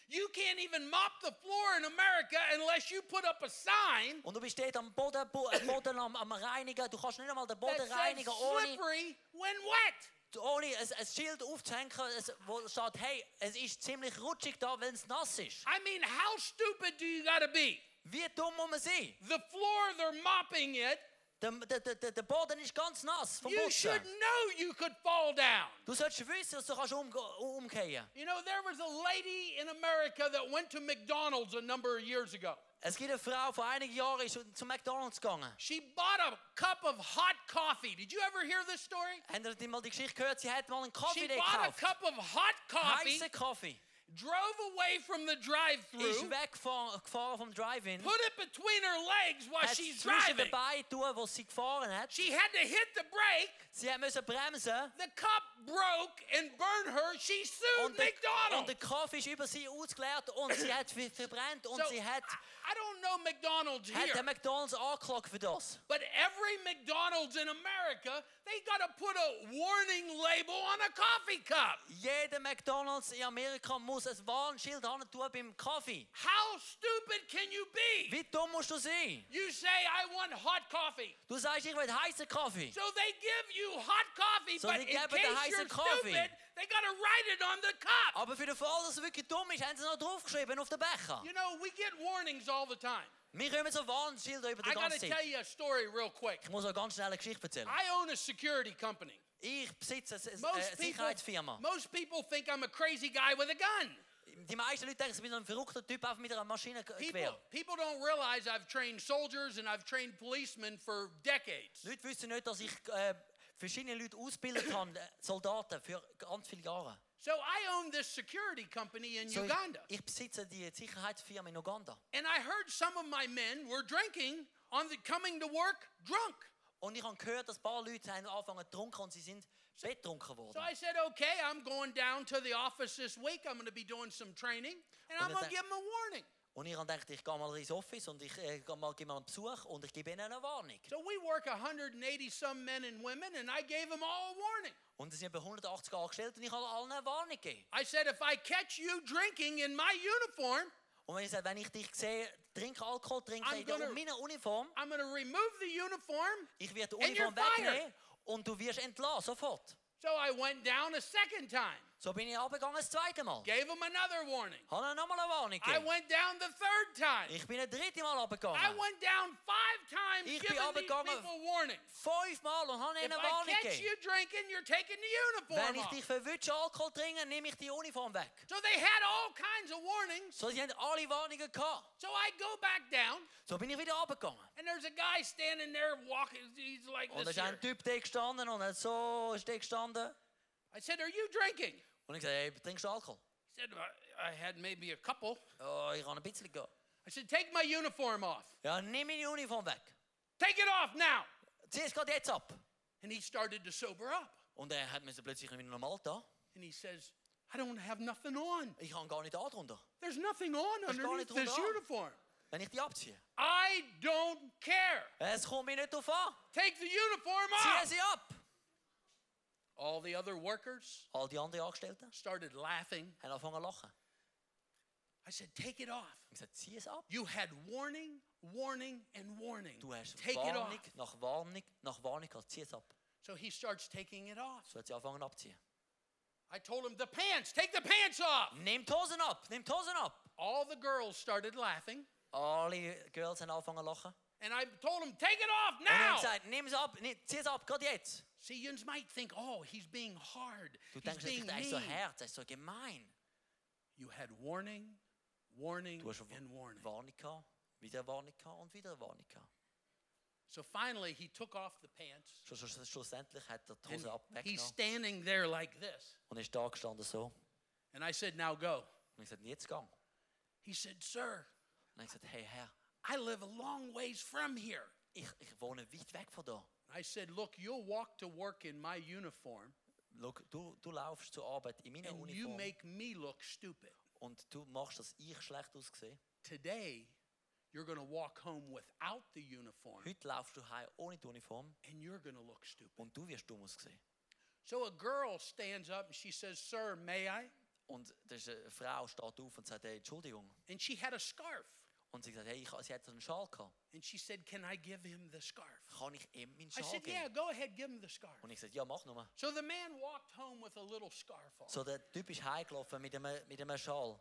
Speaker 2: You can't even mop the floor in America unless you put up a sign
Speaker 1: und du bist dort am Boden, bo am Boden am, am Reinigen. Du kannst nicht einmal
Speaker 2: that
Speaker 1: den Boden
Speaker 2: says
Speaker 1: reinigen, ohne,
Speaker 2: slippery when wet.
Speaker 1: ohne ein, ein Schild aufzuhängen, es- wo steht, hey, es ist ziemlich rutschig da, wenn es nass ist.
Speaker 2: I mean, how stupid do you got to be?
Speaker 1: Wie dumm muss man sein?
Speaker 2: The floor, they're mopping it.
Speaker 1: Der, der, der, der- der Boden ist ganz nass vom
Speaker 2: You should
Speaker 1: Putzen.
Speaker 2: know you could fall down.
Speaker 1: Du solltest wissen, dass du kannst umge umkehren
Speaker 2: You know, there was a lady in America that went to McDonald's a number of years ago.
Speaker 1: Es gibt eine Frau, vor einigen Jahren ist zu McDonalds gegangen.
Speaker 2: She bought a cup of hot coffee. Did you ever hear this story?
Speaker 1: Habt ihr die mal die Geschichte gehört? Sie hat mal einen
Speaker 2: She
Speaker 1: Kaffee dort
Speaker 2: bought a
Speaker 1: gekauft.
Speaker 2: cup of hot coffee,
Speaker 1: Heißen Kaffee.
Speaker 2: drove away from the drive-through,
Speaker 1: Ist weggefahren gefahren vom Drive-In.
Speaker 2: put it between her legs while
Speaker 1: Hat
Speaker 2: she's
Speaker 1: zwischen den
Speaker 2: driving.
Speaker 1: Beinen tun, wo sie gefahren hat.
Speaker 2: She had to hit the brake.
Speaker 1: Sie hat müssen bremsen.
Speaker 2: The cup broke and burned her. She sued
Speaker 1: Und der, und
Speaker 2: McDonald's.
Speaker 1: der Kaffee ist über sie ausgeleert und sie hat ver- verbrannt und
Speaker 2: So,
Speaker 1: sie hat,
Speaker 2: I, I don't know McDonald's
Speaker 1: hat
Speaker 2: here,
Speaker 1: den McDonalds angeklagt für das.
Speaker 2: but every McDonald's in America, they got to put a warning label on a coffee cup.
Speaker 1: Jeder McDonalds in Amerika muss ein Warnschild hin tun beim Kaffee.
Speaker 2: How stupid can you be?
Speaker 1: Wie dumm musst du sein?
Speaker 2: You say, I want hot coffee.
Speaker 1: Du sagst, ich will heißen Kaffee.
Speaker 2: So they give you hot coffee, So
Speaker 1: they
Speaker 2: but in
Speaker 1: give it the
Speaker 2: case
Speaker 1: heiße
Speaker 2: you're
Speaker 1: coffee. Oh.
Speaker 2: stupid, they got to write it on the cup.
Speaker 1: Aber für den Fall, dass es wirklich dumm ist, haben sie noch draufgeschrieben auf den Becher.
Speaker 2: You know, we get warnings all the time.
Speaker 1: Wir kommen so Warnschilder über die
Speaker 2: I got
Speaker 1: ganze
Speaker 2: to
Speaker 1: Zeit.
Speaker 2: tell you a story real quick.
Speaker 1: Ich muss euch ganz schnell eine Geschichte erzählen.
Speaker 2: I own a security company.
Speaker 1: Ich besitze eine,
Speaker 2: Most
Speaker 1: eine
Speaker 2: people,
Speaker 1: Sicherheitsfirma.
Speaker 2: most people think I'm a crazy guy with a gun.
Speaker 1: Die meisten Leute denken, ich bin so ein verrückter Typ auf mit einer Maschine
Speaker 2: People,
Speaker 1: quer.
Speaker 2: people don't realize I've trained soldiers and I've trained policemen for decades.
Speaker 1: Leute wissen nicht, dass ich äh, verschiedene Leute ausgebildet habe, äh, Soldaten, für ganz viele Jahre.
Speaker 2: So I own this security company in
Speaker 1: So ich,
Speaker 2: Uganda.
Speaker 1: ich besitze die Sicherheitsfirma in Uganda.
Speaker 2: and I heard some of my men were drinking on the coming to work drunk.
Speaker 1: Und ich habe gehört, dass ein paar Leute haben angefangen zu trinken und sie sind betrunken
Speaker 2: So
Speaker 1: geworden.
Speaker 2: I said, okay, I'm going down to the office this week. I'm going to be doing some training and I'm
Speaker 1: Omdat
Speaker 2: going to
Speaker 1: hij-
Speaker 2: give them a warning.
Speaker 1: Und ich habe gedacht, ich gehe mal ins Office und ich äh, gehe mal, gebe mal einen Besuch und ich gebe ihnen eine Warnung.
Speaker 2: So we work 180 some men and women and I gave them all a warning.
Speaker 1: Und es sind etwa 180 angestellt und ich habe allen eine Warnung gegeben.
Speaker 2: I said, if I catch you drinking in my uniform,
Speaker 1: Und wenn ich sage, wenn ich dich sehe, trink Alkohol, trink
Speaker 2: I'm
Speaker 1: in der-
Speaker 2: gonna-
Speaker 1: in meiner Uniform,
Speaker 2: I'm going to remove the uniform.
Speaker 1: ich werde die
Speaker 2: And you're
Speaker 1: Uniform wegnehmen und du wirst entlassen, sofort.
Speaker 2: So I went down a second time.
Speaker 1: So bin ich abgegangen das zweite Mal.
Speaker 2: Gave him another warning.
Speaker 1: Habe ihnen nochmal eine Warnung
Speaker 2: I
Speaker 1: gegeben.
Speaker 2: went down the third time.
Speaker 1: Ich bin ein dritte Mal
Speaker 2: I
Speaker 1: abgegangen.
Speaker 2: went down five times
Speaker 1: Ich bin
Speaker 2: giving these
Speaker 1: abgegangen.
Speaker 2: people warning.
Speaker 1: Fünfmal und habe
Speaker 2: If
Speaker 1: ihnen eine
Speaker 2: I
Speaker 1: Warnung
Speaker 2: catch you
Speaker 1: gegeben.
Speaker 2: drinking, you're taking the
Speaker 1: Wenn
Speaker 2: uniform
Speaker 1: ich
Speaker 2: off.
Speaker 1: dich verwünsche, Alkohol trinken, nehme ich die Uniform weg.
Speaker 2: So they had all kinds of warnings.
Speaker 1: So, sie haben alle Warnungen gehabt.
Speaker 2: So I go back down,
Speaker 1: So bin ich wieder abgegangen.
Speaker 2: and there's a guy standing there walking. He's like
Speaker 1: Und da
Speaker 2: this.
Speaker 1: ist ein
Speaker 2: Here.
Speaker 1: Typ da gestanden und hat so ist der gestanden.
Speaker 2: I said, Are you drinking? He
Speaker 1: Und ich sagte, hey, trinkst du Alkohol?
Speaker 2: said, "I- I had maybe a couple.
Speaker 1: Oh, ich kann ein bisschen gehen.
Speaker 2: I said, Take my uniform off.
Speaker 1: Ja, nimm meine Uniform weg.
Speaker 2: Take it off now.
Speaker 1: Zieh es gerade jetzt ab.
Speaker 2: And he started to sober up.
Speaker 1: Und er hat mir so plötzlich wieder normal da.
Speaker 2: And he says, I don't have nothing on.
Speaker 1: Ich kann gar nicht da drunter,
Speaker 2: There's nothing on
Speaker 1: There's
Speaker 2: underneath
Speaker 1: nothing
Speaker 2: this
Speaker 1: on.
Speaker 2: uniform.
Speaker 1: wenn ich die abziehe.
Speaker 2: I don't care.
Speaker 1: Es kommt mir nicht drauf an.
Speaker 2: Take the uniform
Speaker 1: Zieh
Speaker 2: off.
Speaker 1: sie ab.
Speaker 2: All the other workers
Speaker 1: All die anderen Angestellten
Speaker 2: started laughing.
Speaker 1: haben angefangen zu lachen.
Speaker 2: I said, Take it off.
Speaker 1: Ich sagte, zieh es ab.
Speaker 2: You had warning, warning, and warning.
Speaker 1: Du hast
Speaker 2: Take it off.
Speaker 1: Warnung nach Warnung nach Warnung gehabt. Zieh es ab.
Speaker 2: So he starts taking it off.
Speaker 1: So hat sie angefangen abziehen.
Speaker 2: I told him, The pants, take the pants off.
Speaker 1: Nimm die Hosen ab. Nimm die Hosen ab.
Speaker 2: All the girls started laughing.
Speaker 1: Alle Girls haben angefangen zu lachen.
Speaker 2: And I told him, Take it off
Speaker 1: Und ich habe
Speaker 2: now.
Speaker 1: gesagt, nimm es ab. Nimm, zieh es ab, gerade jetzt.
Speaker 2: See, you might think, Oh, he's being hard.
Speaker 1: Du
Speaker 2: He's
Speaker 1: denkst,
Speaker 2: being
Speaker 1: das ist so
Speaker 2: mean.
Speaker 1: hart, das ist so gemein.
Speaker 2: You had warning, warning,
Speaker 1: Du hast
Speaker 2: and warning.
Speaker 1: Warnung gehabt, wieder Warnung gehabt und wieder Warnung gehabt.
Speaker 2: So finally, he took off the pants.
Speaker 1: Schlu- schlu- Schlussendlich hat er die
Speaker 2: And
Speaker 1: Hose ab-
Speaker 2: he's
Speaker 1: weggenommen
Speaker 2: standing there like this.
Speaker 1: und ist da gestanden so. Und
Speaker 2: And I said, Now go.
Speaker 1: ich sagte, jetzt gang. Und
Speaker 2: He said, Sir,
Speaker 1: ich sagte, hey Herr,
Speaker 2: I live a long ways from here.
Speaker 1: ich, ich wohne weit weg von da.
Speaker 2: I said, Look, you'll walk to work in my uniform,
Speaker 1: Schau, du, du laufst zur Arbeit in meiner
Speaker 2: and you
Speaker 1: Uniform
Speaker 2: make me look stupid.
Speaker 1: und du machst, dass ich schlecht aussehe.
Speaker 2: Today, you're going to walk home without the uniform,
Speaker 1: Heute laufst du heim ohne die Uniform
Speaker 2: and you're going to look stupid.
Speaker 1: und du wirst dumm aussehen.
Speaker 2: So a girl stands up and she says, Sir, may I?
Speaker 1: Und da ist eine Frau steht auf und sagt, hey, Entschuldigung.
Speaker 2: And she had a scarf.
Speaker 1: Und sie sagt, hey, ich, sie hat so einen Schal gehabt.
Speaker 2: And she said, Can I give him the scarf?
Speaker 1: Kann ich ihm meinen
Speaker 2: I
Speaker 1: Schal
Speaker 2: said,
Speaker 1: geben?
Speaker 2: Yeah, go ahead, give him the scarf.
Speaker 1: Und ich sagte, ja, mach nur.
Speaker 2: So the man walked home with a little scarf on.
Speaker 1: So der Typ ist heimgelaufen mit einem, mit einem Schal.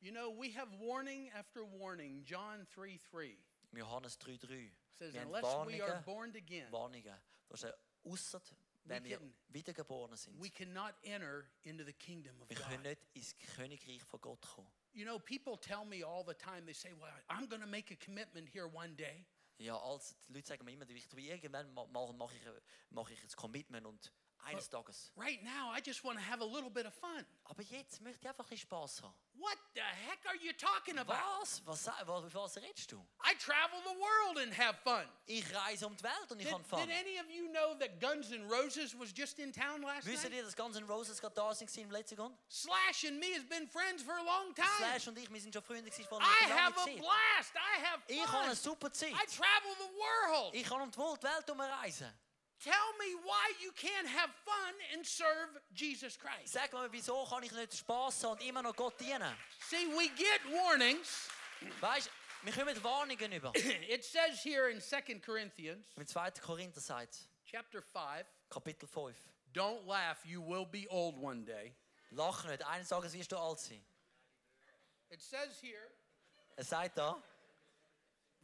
Speaker 2: You know, we have warning after warning. John 3 3
Speaker 1: Im Johannes 3,3.
Speaker 2: says,
Speaker 1: Wir haben
Speaker 2: Unless we are
Speaker 1: Warnungen,
Speaker 2: born again,
Speaker 1: Warnungen. Da steht, ausser, wenn
Speaker 2: We
Speaker 1: wir
Speaker 2: can-
Speaker 1: wiedergeboren sind,
Speaker 2: we cannot enter into the kingdom of
Speaker 1: wir können
Speaker 2: God.
Speaker 1: nicht ins Königreich von Gott kommen.
Speaker 2: You know, people tell me all the time, they say, Well, I'm going to make a commitment here one day.
Speaker 1: Ja, als, die Leute sagen mir immer, ich tue irgendwann ma- mal mache ich, mache ich ein Commitment und eines Tages.
Speaker 2: Right now, I just want to have a little bit of fun.
Speaker 1: Aber jetzt möchte ich einfach ein bisschen Spaß haben.
Speaker 2: What the heck are you talking about?
Speaker 1: Was? Was, sa- was, was redest du?
Speaker 2: I travel the world and have fun.
Speaker 1: Ich reise um die Welt und ich
Speaker 2: Did,
Speaker 1: kann
Speaker 2: did
Speaker 1: fahren.
Speaker 2: any of you know that Guns N' Roses was just in town last
Speaker 1: Wisst
Speaker 2: night?
Speaker 1: ihr, dass Guns N' Roses gerade da sind im letzten Grund?
Speaker 2: Slash and me has been friends for a long time.
Speaker 1: Slash und ich, wir sind schon Freunde gewesen, vor
Speaker 2: I
Speaker 1: langer
Speaker 2: have a
Speaker 1: Zeit.
Speaker 2: blast. I have
Speaker 1: Ich habe eine
Speaker 2: fun.
Speaker 1: super Zeit.
Speaker 2: I travel the world.
Speaker 1: Ich kann um die Welt- Welt umreisen.
Speaker 2: Tell me why you can't have fun and serve Jesus Christ.
Speaker 1: Sag mal, wieso kann ich nicht Spass haben und immer noch Gott dienen?
Speaker 2: See, we get warnings.
Speaker 1: Weißt wir kommen Warnungen über.
Speaker 2: It says here in 2 Corinthians
Speaker 1: Im 2. Korinther sagt,
Speaker 2: chapter 5,
Speaker 1: Kapitel 5.
Speaker 2: don't laugh, you will be old one day.
Speaker 1: Lach nicht, eines Tages wirst du alt sein.
Speaker 2: It says here,
Speaker 1: Er sagt da,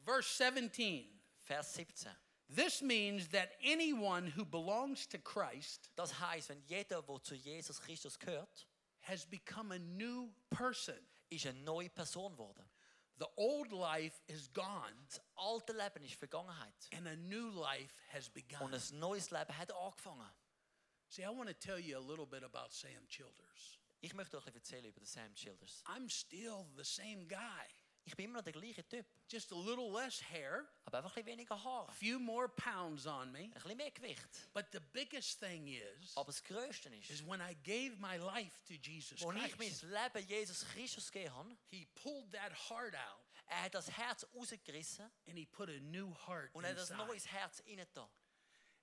Speaker 2: verse 17,
Speaker 1: Vers 17.
Speaker 2: this means that anyone who belongs to Christ
Speaker 1: Das heißt, wenn jeder, der zu Jesus Christus gehört,
Speaker 2: has become a new person.
Speaker 1: ist eine neue Person geworden.
Speaker 2: The old life is gone
Speaker 1: Das alte Leben ist Vergangenheit.
Speaker 2: and a new life has
Speaker 1: Und
Speaker 2: begun.
Speaker 1: ein neues Leben hat angefangen.
Speaker 2: See, I want to tell you a little bit about Sam Childers.
Speaker 1: Ich möchte euch ein bisschen erzählen über den Sam Childers.
Speaker 2: I'm still the same guy,
Speaker 1: Ich bin immer noch der gleiche Typ,
Speaker 2: just a little less hair,
Speaker 1: aber einfach ein bisschen weniger
Speaker 2: a
Speaker 1: Haare,
Speaker 2: few more pounds on me.
Speaker 1: ein bisschen mehr Gewicht.
Speaker 2: But the biggest thing is,
Speaker 1: Aber das Größte ist,
Speaker 2: is when I gave my life to Jesus
Speaker 1: Als ich
Speaker 2: Christ,
Speaker 1: mein Leben Jesus Christus gegeben habe,
Speaker 2: He pulled that heart out
Speaker 1: er hat das Herz rausgerissen
Speaker 2: and He put a new heart
Speaker 1: und er hat ein
Speaker 2: inside.
Speaker 1: neues Herz rein da.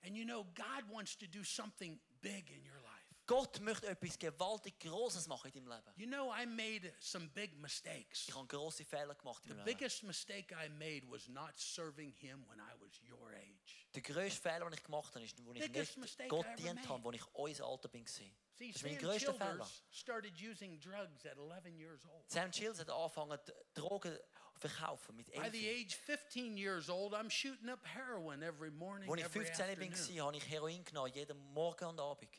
Speaker 2: And you know, God wants to do something big in your life.
Speaker 1: Gott möchte etwas gewaltig Großes machen in deinem Leben.
Speaker 2: You know, I made some big mistakes.
Speaker 1: Ich habe große Fehler gemacht in
Speaker 2: The
Speaker 1: meinem Leben.
Speaker 2: biggest mistake I made was not serving Him when I was your age.
Speaker 1: Der grösste Fehler, den ich gemacht habe, ist, als ich
Speaker 2: Biggest
Speaker 1: nicht
Speaker 2: mistake
Speaker 1: Gott
Speaker 2: I ever
Speaker 1: dient
Speaker 2: made.
Speaker 1: habe, als ich unser Alter bin. gewesen.
Speaker 2: See,
Speaker 1: Das ist mein
Speaker 2: Sam
Speaker 1: größter Fehler.
Speaker 2: Childers started using drugs at 11 years old.
Speaker 1: Sam Chills hat angefangen, Drogen zu verkaufen mit
Speaker 2: By the
Speaker 1: 11.
Speaker 2: age 15 years old, I'm shooting up heroin every morning.
Speaker 1: Als ich
Speaker 2: every
Speaker 1: 15
Speaker 2: afternoon.
Speaker 1: war, habe ich Heroin genommen, jeden Morgen und Abend.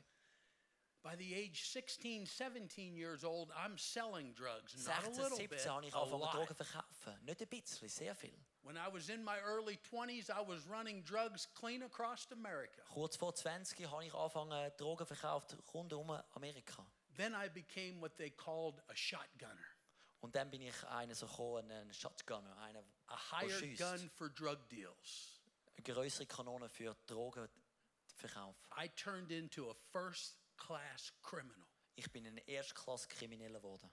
Speaker 2: By the age 16, 17 years old, I'm selling drugs. Not
Speaker 1: 16,
Speaker 2: a little bit,
Speaker 1: 17 habe ich
Speaker 2: a
Speaker 1: angefangen,
Speaker 2: lot.
Speaker 1: Drogen zu verkaufen. Nicht ein bisschen, sehr viel.
Speaker 2: When I was in my early 20s, I was running drugs clean across America.
Speaker 1: Kurz vor 20 habe ich angefangen, Drogen zu verkaufen, rundum Amerika.
Speaker 2: Then I became what they called a shotgunner,
Speaker 1: Und dann bin ich einer so gekommen, ein Shotgunner, einer,
Speaker 2: a
Speaker 1: der
Speaker 2: hired
Speaker 1: schiesst.
Speaker 2: gun for drug deals.
Speaker 1: Eine größere Kanone für Drogen zu verkaufen.
Speaker 2: I turned into a first class criminal,
Speaker 1: Ich bin ein Erstklass-Krimineller geworden.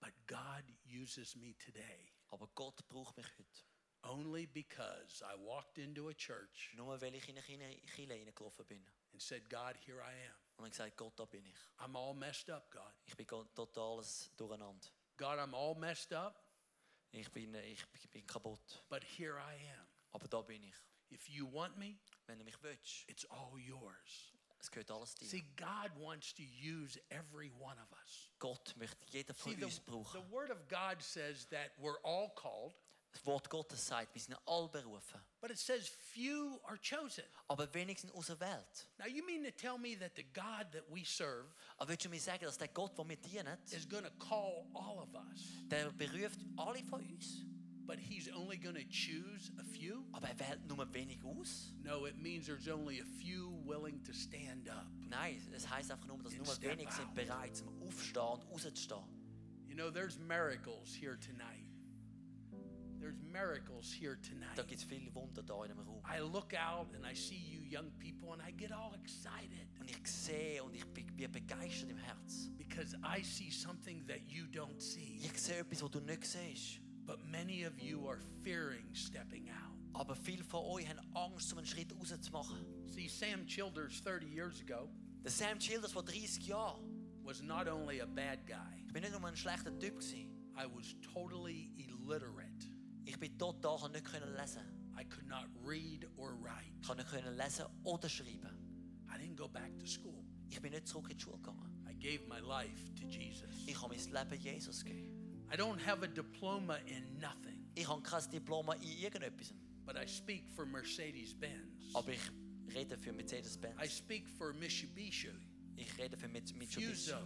Speaker 2: but God uses me today
Speaker 1: Aber Gott braucht mich heute.
Speaker 2: only because I walked into a church
Speaker 1: Nur weil ich in eine Kille reingelaufen bin.
Speaker 2: and said, God, here I am.
Speaker 1: Und habe gesagt, Gott, da bin ich.
Speaker 2: I'm all messed up, God.
Speaker 1: Ich bin go- totales Durcheinander.
Speaker 2: God, I'm all messed up,
Speaker 1: Ich bin, äh, ich bin- bin kaputt.
Speaker 2: but here I am.
Speaker 1: Aber da bin ich.
Speaker 2: If you want me,
Speaker 1: Wenn du mich willst,
Speaker 2: it's all yours.
Speaker 1: es gehört alles dir.
Speaker 2: See, God wants to use every one of us.
Speaker 1: Gott möchte jeden von
Speaker 2: See, the,
Speaker 1: uns brauchen.
Speaker 2: the Word of God says that we're all called,
Speaker 1: Das Wort Gottes sagt, wir sind alle berufen.
Speaker 2: but it says few are chosen.
Speaker 1: Aber wenigstens auserwählt.
Speaker 2: Now, you mean to tell me that the God that we serve
Speaker 1: Aber willst du mir sagen, dass der Gott, den wir dienen,
Speaker 2: is going to call all of us,
Speaker 1: der beruft alle von uns.
Speaker 2: but He's only going to choose a few?
Speaker 1: Aber er wählt nur wenig aus.
Speaker 2: No, it means there's only a few willing to stand up.
Speaker 1: Nein, es heißt einfach nur, dass
Speaker 2: Then
Speaker 1: nur
Speaker 2: step
Speaker 1: wenig sind
Speaker 2: out.
Speaker 1: bereit, zum Aufstehen und rauszustehen.
Speaker 2: You know, there's miracles here tonight. There's miracles here
Speaker 1: Da
Speaker 2: tonight.
Speaker 1: gibt es viele Wunder da in dem Raum.
Speaker 2: I look out and I see you young people and I get all excited
Speaker 1: Und ich sehe und ich bin bin begeistert im Herz.
Speaker 2: because I see something that you don't see.
Speaker 1: Ich sehe etwas, was du nicht siehst.
Speaker 2: But many of you are fearing stepping out.
Speaker 1: Aber viele von euch haben Angst, um einen Schritt rauszumachen.
Speaker 2: See, Sam Childers 30 years ago
Speaker 1: Der Sam Childers vor 30 Jahren,
Speaker 2: was not only a bad guy,
Speaker 1: ich bin nicht nur ein schlechter Typ. Gewesen.
Speaker 2: I was totally illiterate.
Speaker 1: Ich bin total, ich konnte nicht können lesen.
Speaker 2: I could not read or
Speaker 1: Ich
Speaker 2: write.
Speaker 1: konnte nicht können lesen oder schreiben.
Speaker 2: I didn't go back to school.
Speaker 1: Ich bin nicht zurück in die Schule gegangen.
Speaker 2: I gave my life to Jesus.
Speaker 1: Ich habe mein Leben Jesus gegeben.
Speaker 2: I don't have a diploma in nothing,
Speaker 1: Ich habe kein Diplom in irgendetwas.
Speaker 2: but I speak for Mercedes Benz.
Speaker 1: Aber ich rede für
Speaker 2: I
Speaker 1: Mercedes-Benz.
Speaker 2: speak for Mitsubishi,
Speaker 1: Ich rede für Mits- Mitsubishi.
Speaker 2: Fuso.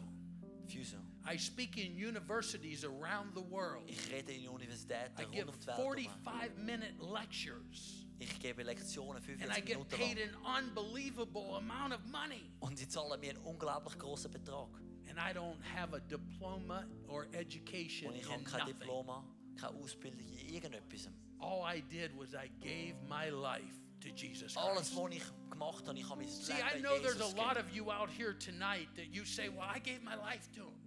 Speaker 1: Fuso.
Speaker 2: I speak in universities around the world.
Speaker 1: Ich rede in Universitäten
Speaker 2: I
Speaker 1: rund
Speaker 2: give
Speaker 1: um die Welt. herum.
Speaker 2: 45 minute lectures
Speaker 1: Ich gebe Lektionen
Speaker 2: and I
Speaker 1: 45
Speaker 2: get
Speaker 1: Minuten
Speaker 2: paid
Speaker 1: lang.
Speaker 2: an unbelievable amount of money.
Speaker 1: Und sie zahlen mir einen unglaublich großen Betrag.
Speaker 2: And I don't have a diploma or education
Speaker 1: Und ich habe
Speaker 2: in
Speaker 1: kein
Speaker 2: nothing.
Speaker 1: Diploma, keine Ausbildung in irgendetwas.
Speaker 2: All I did was I gave my life to Jesus
Speaker 1: Alles,
Speaker 2: Christ.
Speaker 1: was ich gemacht habe, ich habe mein
Speaker 2: See, I
Speaker 1: Leben
Speaker 2: know there's
Speaker 1: Jesus
Speaker 2: a lot
Speaker 1: gegeben.
Speaker 2: of you out here tonight that you say, well, I gave my life to him.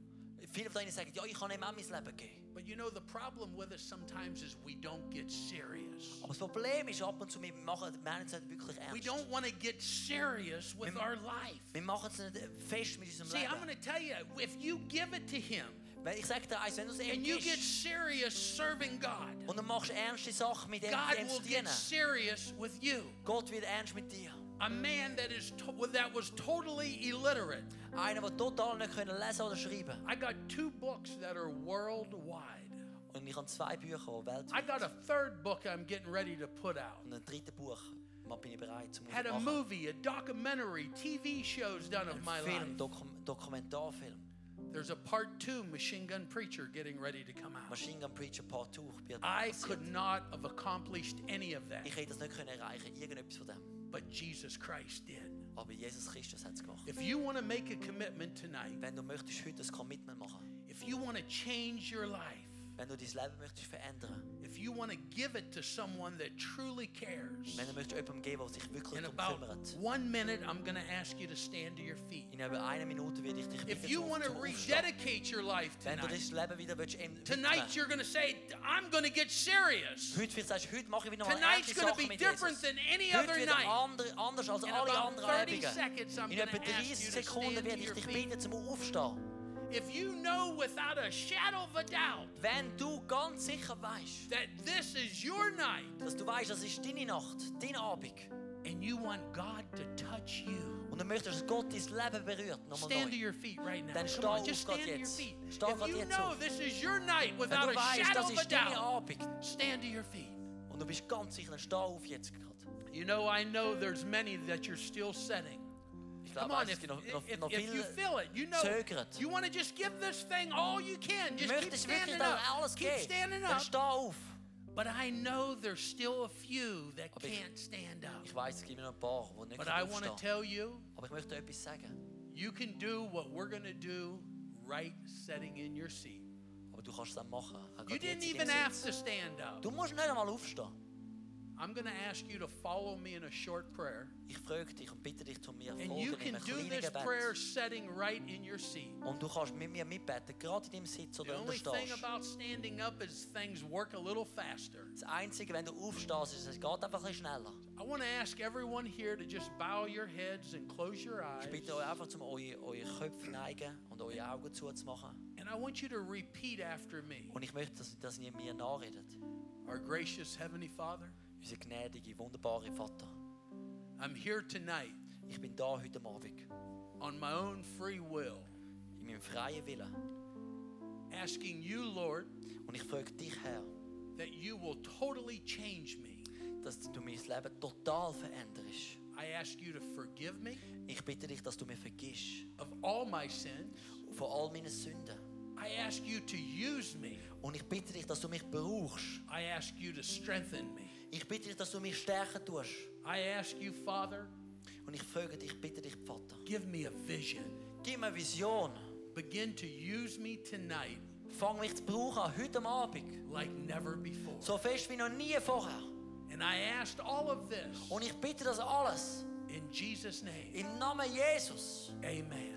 Speaker 1: Viele von ihnen sagen, ja, ich habe ihm auch mein Leben gegeben.
Speaker 2: But you know, the problem with us sometimes is we don't get serious.
Speaker 1: Aber das Problem ist, ab und zu, wir machen die Menschen nicht wirklich
Speaker 2: We
Speaker 1: ernst.
Speaker 2: don't want to get serious with our life.
Speaker 1: Wir machen es nicht fest mit unserem
Speaker 2: See, I'm
Speaker 1: Leben.
Speaker 2: going to tell you, if you give it to Him
Speaker 1: Weil ich sage dir eins, wenn du es
Speaker 2: and you get
Speaker 1: ernst
Speaker 2: serious serving God,
Speaker 1: und dann machst du ernste Sachen mit dem,
Speaker 2: God
Speaker 1: dem
Speaker 2: will
Speaker 1: zu
Speaker 2: get
Speaker 1: dienen,
Speaker 2: serious with you.
Speaker 1: Gott wird ernst mit dir.
Speaker 2: A man that is to- that was totally illiterate.
Speaker 1: Einer, der total nicht können lesen oder schreiben
Speaker 2: I got two books that are worldwide.
Speaker 1: Und ich habe zwei Bücher, die
Speaker 2: I
Speaker 1: weltweit
Speaker 2: got a third book I'm getting ready to put out.
Speaker 1: Und ein drittes Buch, man bin ich bereit um zum
Speaker 2: Had a
Speaker 1: Rausmachen.
Speaker 2: movie, a documentary, TV shows done of my
Speaker 1: Ein Film,
Speaker 2: life.
Speaker 1: Dokum Dokumentarfilm.
Speaker 2: There's a part two Machine Gun Preacher getting ready to come out.
Speaker 1: Machine Gun Preacher Part 2 wird
Speaker 2: I
Speaker 1: passiert.
Speaker 2: could not have accomplished any of that,
Speaker 1: Ich hätte das nicht können erreichen, irgendetwas von dem.
Speaker 2: but Jesus Christ did.
Speaker 1: Aber Jesus Christus hat es gemacht.
Speaker 2: If you want to make a commitment tonight,
Speaker 1: Wenn du möchtest heute ein Commitment machen,
Speaker 2: if you want to change your life,
Speaker 1: Wenn du dein Leben möchtest verändern,
Speaker 2: if you want to give it to someone that truly cares,
Speaker 1: wenn du möchtest jemandem geben, der sich wirklich
Speaker 2: in
Speaker 1: darum
Speaker 2: about
Speaker 1: kümmert,
Speaker 2: one minute, I'm going to ask you to stand to your feet.
Speaker 1: in etwa einer Minute werde ich dich bitten,
Speaker 2: If you
Speaker 1: zum-
Speaker 2: want to
Speaker 1: zum Aufstehen.
Speaker 2: rededicate your life
Speaker 1: Wenn du
Speaker 2: tonight,
Speaker 1: das Leben wieder willst, ihm widmen.
Speaker 2: tonight you're going to say, I'm going to get serious.
Speaker 1: Heute vielleicht sagst du, heute mache ich wieder mal
Speaker 2: Tonight's
Speaker 1: ehrliche
Speaker 2: going to
Speaker 1: Sachen
Speaker 2: be
Speaker 1: mit
Speaker 2: different
Speaker 1: Jesus.
Speaker 2: than any
Speaker 1: Heute
Speaker 2: other
Speaker 1: wieder
Speaker 2: night.
Speaker 1: ander, anders als
Speaker 2: In
Speaker 1: alle
Speaker 2: about
Speaker 1: anderen
Speaker 2: 30
Speaker 1: Abende.
Speaker 2: seconds, I'm
Speaker 1: In etwa
Speaker 2: gonna ask you
Speaker 1: 30
Speaker 2: to
Speaker 1: Sekunden
Speaker 2: stand
Speaker 1: werde
Speaker 2: to
Speaker 1: ich
Speaker 2: your
Speaker 1: dich
Speaker 2: feet.
Speaker 1: bitten, zum Aufstehen.
Speaker 2: If you know without a shadow of a doubt
Speaker 1: Wenn du ganz sicher weißt,
Speaker 2: that this is your night
Speaker 1: dass du weißt, das ist deine Nacht, dein Abend,
Speaker 2: and you want God to touch you,
Speaker 1: und du möchtest, dass Gott dein Leben berührt, nochmal
Speaker 2: Stand to
Speaker 1: neu.
Speaker 2: your feet right now.
Speaker 1: Dann
Speaker 2: Come
Speaker 1: steh
Speaker 2: on,
Speaker 1: auf
Speaker 2: just
Speaker 1: grad
Speaker 2: stand to your
Speaker 1: jetzt.
Speaker 2: feet.
Speaker 1: Steh grad
Speaker 2: if you
Speaker 1: jetzt
Speaker 2: know
Speaker 1: auf.
Speaker 2: this is your night
Speaker 1: Wenn
Speaker 2: without
Speaker 1: du
Speaker 2: a
Speaker 1: weißt,
Speaker 2: shadow
Speaker 1: das
Speaker 2: of a
Speaker 1: ist dein
Speaker 2: doubt,
Speaker 1: Abend,
Speaker 2: stand to your feet.
Speaker 1: und du bist ganz sicher, dann steh auf jetzt gerade.
Speaker 2: You know, I know there's many that you're still setting.
Speaker 1: Ich
Speaker 2: Come
Speaker 1: glaube,
Speaker 2: on,
Speaker 1: es
Speaker 2: if,
Speaker 1: gibt noch,
Speaker 2: if,
Speaker 1: noch,
Speaker 2: if,
Speaker 1: noch
Speaker 2: if you
Speaker 1: viele...
Speaker 2: feel it, you know
Speaker 1: zögert.
Speaker 2: you want to just give this thing all you can. Just keep
Speaker 1: Möchtest wirklich
Speaker 2: standing
Speaker 1: dann
Speaker 2: up.
Speaker 1: alles
Speaker 2: Keep
Speaker 1: geben,
Speaker 2: standing
Speaker 1: dann
Speaker 2: up.
Speaker 1: steh auf.
Speaker 2: But I know there's still a few that
Speaker 1: Aber ich-
Speaker 2: can't stand
Speaker 1: Ich
Speaker 2: up.
Speaker 1: weiß, es gibt noch ein paar, die nicht
Speaker 2: But I want to
Speaker 1: aufstehen.
Speaker 2: tell you,
Speaker 1: Aber ich möchte dir etwas sagen.
Speaker 2: you can do what we're going to do right sitting in your seat.
Speaker 1: Aber du kannst es dann machen. auch gerade
Speaker 2: You
Speaker 1: jetzt in
Speaker 2: didn't
Speaker 1: deinem
Speaker 2: even have
Speaker 1: Sitz.
Speaker 2: to stand up.
Speaker 1: Du musst nicht einmal aufstehen.
Speaker 2: I'm going to ask you to follow me in a short prayer.
Speaker 1: Ich frage dich und bitte dich, zu mir folgen
Speaker 2: And you
Speaker 1: in
Speaker 2: can
Speaker 1: einem
Speaker 2: do
Speaker 1: kleinen
Speaker 2: this prayer
Speaker 1: Gebet.
Speaker 2: setting right in your seat.
Speaker 1: Und du kannst mit mir mitbeten, gerade in deinem Sitz
Speaker 2: The
Speaker 1: oder
Speaker 2: only thing
Speaker 1: unterstehst.
Speaker 2: about standing up is things work a little faster.
Speaker 1: Das Einzige, wenn du aufstehst, ist, es geht einfach ein bisschen schneller.
Speaker 2: I want to ask everyone here to just bow your heads and close your eyes.
Speaker 1: Ich bitte euch einfach, um eure, eure Köpfe neigen und eure Augen zuzumachen.
Speaker 2: And I want you to repeat after me.
Speaker 1: Und ich möchte, dass, dass ihr mir nachredet.
Speaker 2: Our gracious Heavenly Father,
Speaker 1: Unser gnädige, wunderbare Vater.
Speaker 2: I'm here tonight
Speaker 1: Ich bin da heute Abend.
Speaker 2: on my own free will,
Speaker 1: In meinem freien Willen.
Speaker 2: asking you, Lord,
Speaker 1: Und ich frage dich, Herr,
Speaker 2: that you will totally change me.
Speaker 1: dass du mein Leben total veränderst.
Speaker 2: I ask you to forgive me
Speaker 1: Ich bitte dich, dass du mir vergisst.
Speaker 2: of all my sins.
Speaker 1: Vor all meinen Sünden.
Speaker 2: I ask you to use me.
Speaker 1: Und ich bitte dich, dass du mich brauchst.
Speaker 2: I ask you to strengthen me.
Speaker 1: Ich bitte dich, dass du mich stärken tust.
Speaker 2: I ask you, Father,
Speaker 1: Und ich frage dich, bitte dich, Vater.
Speaker 2: give me a vision.
Speaker 1: Gib mir eine Vision.
Speaker 2: Begin to use me tonight
Speaker 1: Fang mich zu brauchen an, heute am Abend.
Speaker 2: like never before.
Speaker 1: So fest wie noch nie vorher.
Speaker 2: and I asked all of this
Speaker 1: Und ich bitte das alles
Speaker 2: in Jesus' name.
Speaker 1: im Namen Jesus.
Speaker 2: Amen.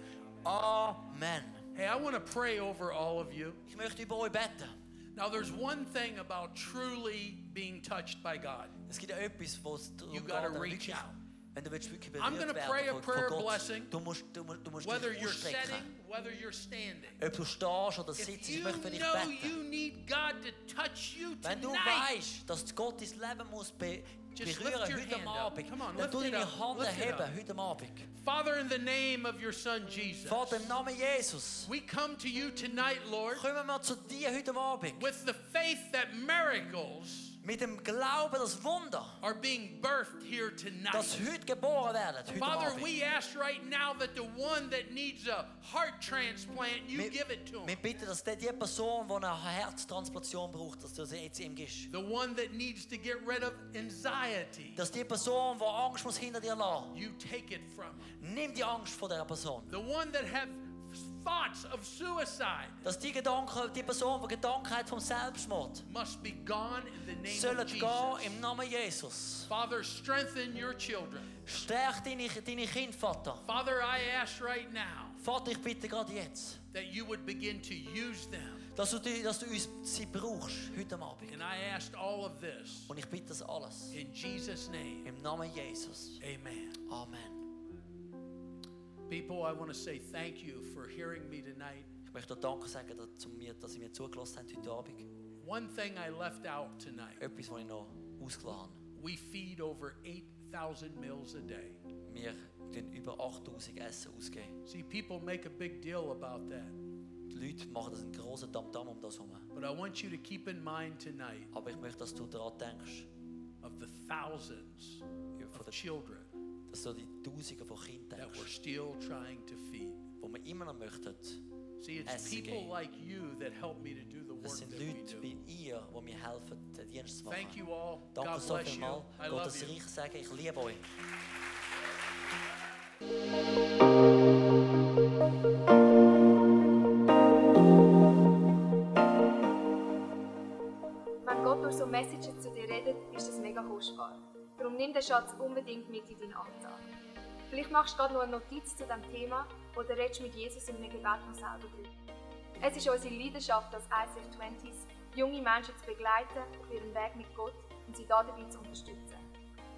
Speaker 1: Amen.
Speaker 2: Hey, I want to pray over all of you.
Speaker 1: Ich möchte über euch beten.
Speaker 2: Now, there's one thing about truly being touched by God.
Speaker 1: Es gibt ja etwas, wo es darum
Speaker 2: You
Speaker 1: geht,
Speaker 2: gotta
Speaker 1: wenn du
Speaker 2: reach
Speaker 1: wirklich-
Speaker 2: out.
Speaker 1: wenn du willst, wirklich
Speaker 2: I'm
Speaker 1: berührt
Speaker 2: gonna
Speaker 1: werden
Speaker 2: pray a
Speaker 1: von, von
Speaker 2: prayer
Speaker 1: Gott,
Speaker 2: blessing.
Speaker 1: du musst, du, musst- du musst
Speaker 2: Whether
Speaker 1: dich
Speaker 2: you're sitting,
Speaker 1: ausstrecken.
Speaker 2: whether you're standing.
Speaker 1: Ob du stehst oder
Speaker 2: If
Speaker 1: sitzt, ich
Speaker 2: you
Speaker 1: möchte für dich
Speaker 2: know
Speaker 1: beten.
Speaker 2: you need God to touch you
Speaker 1: Wenn du
Speaker 2: tonight,
Speaker 1: weißt, dass Gott dein Leben muss be
Speaker 2: Just
Speaker 1: berühren
Speaker 2: lift your
Speaker 1: heute
Speaker 2: hand up.
Speaker 1: Abend,
Speaker 2: Come on,
Speaker 1: dann
Speaker 2: lift
Speaker 1: tu
Speaker 2: it
Speaker 1: deine
Speaker 2: up,
Speaker 1: Hand
Speaker 2: lift it up.
Speaker 1: erheben heute Abend.
Speaker 2: Father, in the name of your Son Jesus,
Speaker 1: Vater, im Namen Jesus,
Speaker 2: we come to you tonight, Lord,
Speaker 1: kommen wir zu dir heute Abend
Speaker 2: with the faith that miracles
Speaker 1: mit dem Glauben, das Wunder,
Speaker 2: are being birthed here tonight.
Speaker 1: dass heute geboren werden, heute
Speaker 2: Father,
Speaker 1: Abend.
Speaker 2: we ask right now that the one that needs a heart transplant, you
Speaker 1: Wir-
Speaker 2: give it to
Speaker 1: Wir
Speaker 2: him.
Speaker 1: bitten, dass die die Person, die eine Herztransplantation braucht, dass du sie jetzt ihm gibst.
Speaker 2: The one that needs to get rid of anxiety,
Speaker 1: Dass die Person, die Angst muss hinter dir lassen,
Speaker 2: you take it from him.
Speaker 1: nimm die Angst von dieser Person.
Speaker 2: The one that have thoughts of suicide
Speaker 1: Dass die Gedanken, die Person, die Gedanken hat vom Selbstmord,
Speaker 2: must be gone in the name
Speaker 1: sollen
Speaker 2: of
Speaker 1: gehen
Speaker 2: Jesus.
Speaker 1: im Namen Jesus.
Speaker 2: Father, strengthen your children.
Speaker 1: Stärk deine, deine Kinder, Vater.
Speaker 2: Father, I ask right now
Speaker 1: Vater, ich bitte gerade jetzt,
Speaker 2: that you would begin to use them.
Speaker 1: dass du, die- dass du uns sie brauchst heute am Abend.
Speaker 2: And I asked all of this
Speaker 1: Und ich bitte das alles
Speaker 2: in Jesus' name.
Speaker 1: im Namen Jesus.
Speaker 2: Amen.
Speaker 1: Amen.
Speaker 2: People, I want to say thank you for hearing me tonight.
Speaker 1: Ich möchte dir Danke sagen, dass, zu mir, dass ihr mir zugelassen habt heute Abend.
Speaker 2: One thing I left out tonight
Speaker 1: Etwas, was ich noch ausgeladen
Speaker 2: we feed over 8,000 meals a day.
Speaker 1: habe. Wir tun über 8000 Essen ausgeben.
Speaker 2: See, people make a big deal about that.
Speaker 1: Die Leute machen das einen grossen Damm-Damm um das herum.
Speaker 2: But I want you to keep in mind tonight
Speaker 1: Aber ich möchte, dass du daran denkst,
Speaker 2: of the thousands
Speaker 1: von
Speaker 2: of
Speaker 1: der,
Speaker 2: children
Speaker 1: dass du an die Tausenden von Kindern
Speaker 2: that we're
Speaker 1: denkst,
Speaker 2: still trying to feed.
Speaker 1: die wir immer noch möchten.
Speaker 2: See, it's
Speaker 1: SG.
Speaker 2: people like you that help me to do the work
Speaker 1: Das
Speaker 2: that
Speaker 1: sind
Speaker 2: we
Speaker 1: Leute
Speaker 2: do.
Speaker 1: wie ihr, die mir helfen, den Dienst zu machen.
Speaker 2: Thank you all.
Speaker 1: Danke
Speaker 2: God
Speaker 1: so
Speaker 2: bless you.
Speaker 1: vielmals.
Speaker 2: I love
Speaker 1: Gottes
Speaker 2: you.
Speaker 1: Reich sagen, ich liebe euch.
Speaker 3: Darum nimm den Schatz unbedingt mit in deinen Alltag. Vielleicht machst du gerade noch eine Notiz zu diesem Thema oder redest mit Jesus in einem Gebet noch selber drüber. Es ist unsere Leidenschaft als ICF 20s, junge Menschen zu begleiten auf ihrem Weg mit Gott und sie dabei zu unterstützen.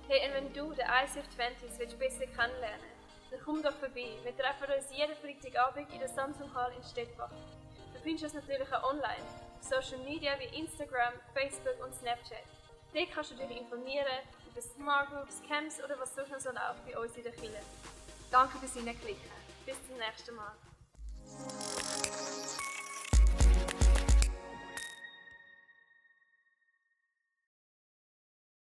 Speaker 4: Hey, und wenn du den ICF 20 willst besser kennenlernen dann komm doch vorbei. Wir treffen uns jeden Freitagabend in der Samsung Hall in Stettbach. Du findest uns natürlich auch online, auf Social Media wie Instagram, Facebook und Snapchat. Dort kannst du dich informieren über Smart Groups, Camps oder was sonst noch so läuft bei uns in der Kirche.
Speaker 3: Danke fürs Hineinklicken.
Speaker 4: Bis zum nächsten Mal.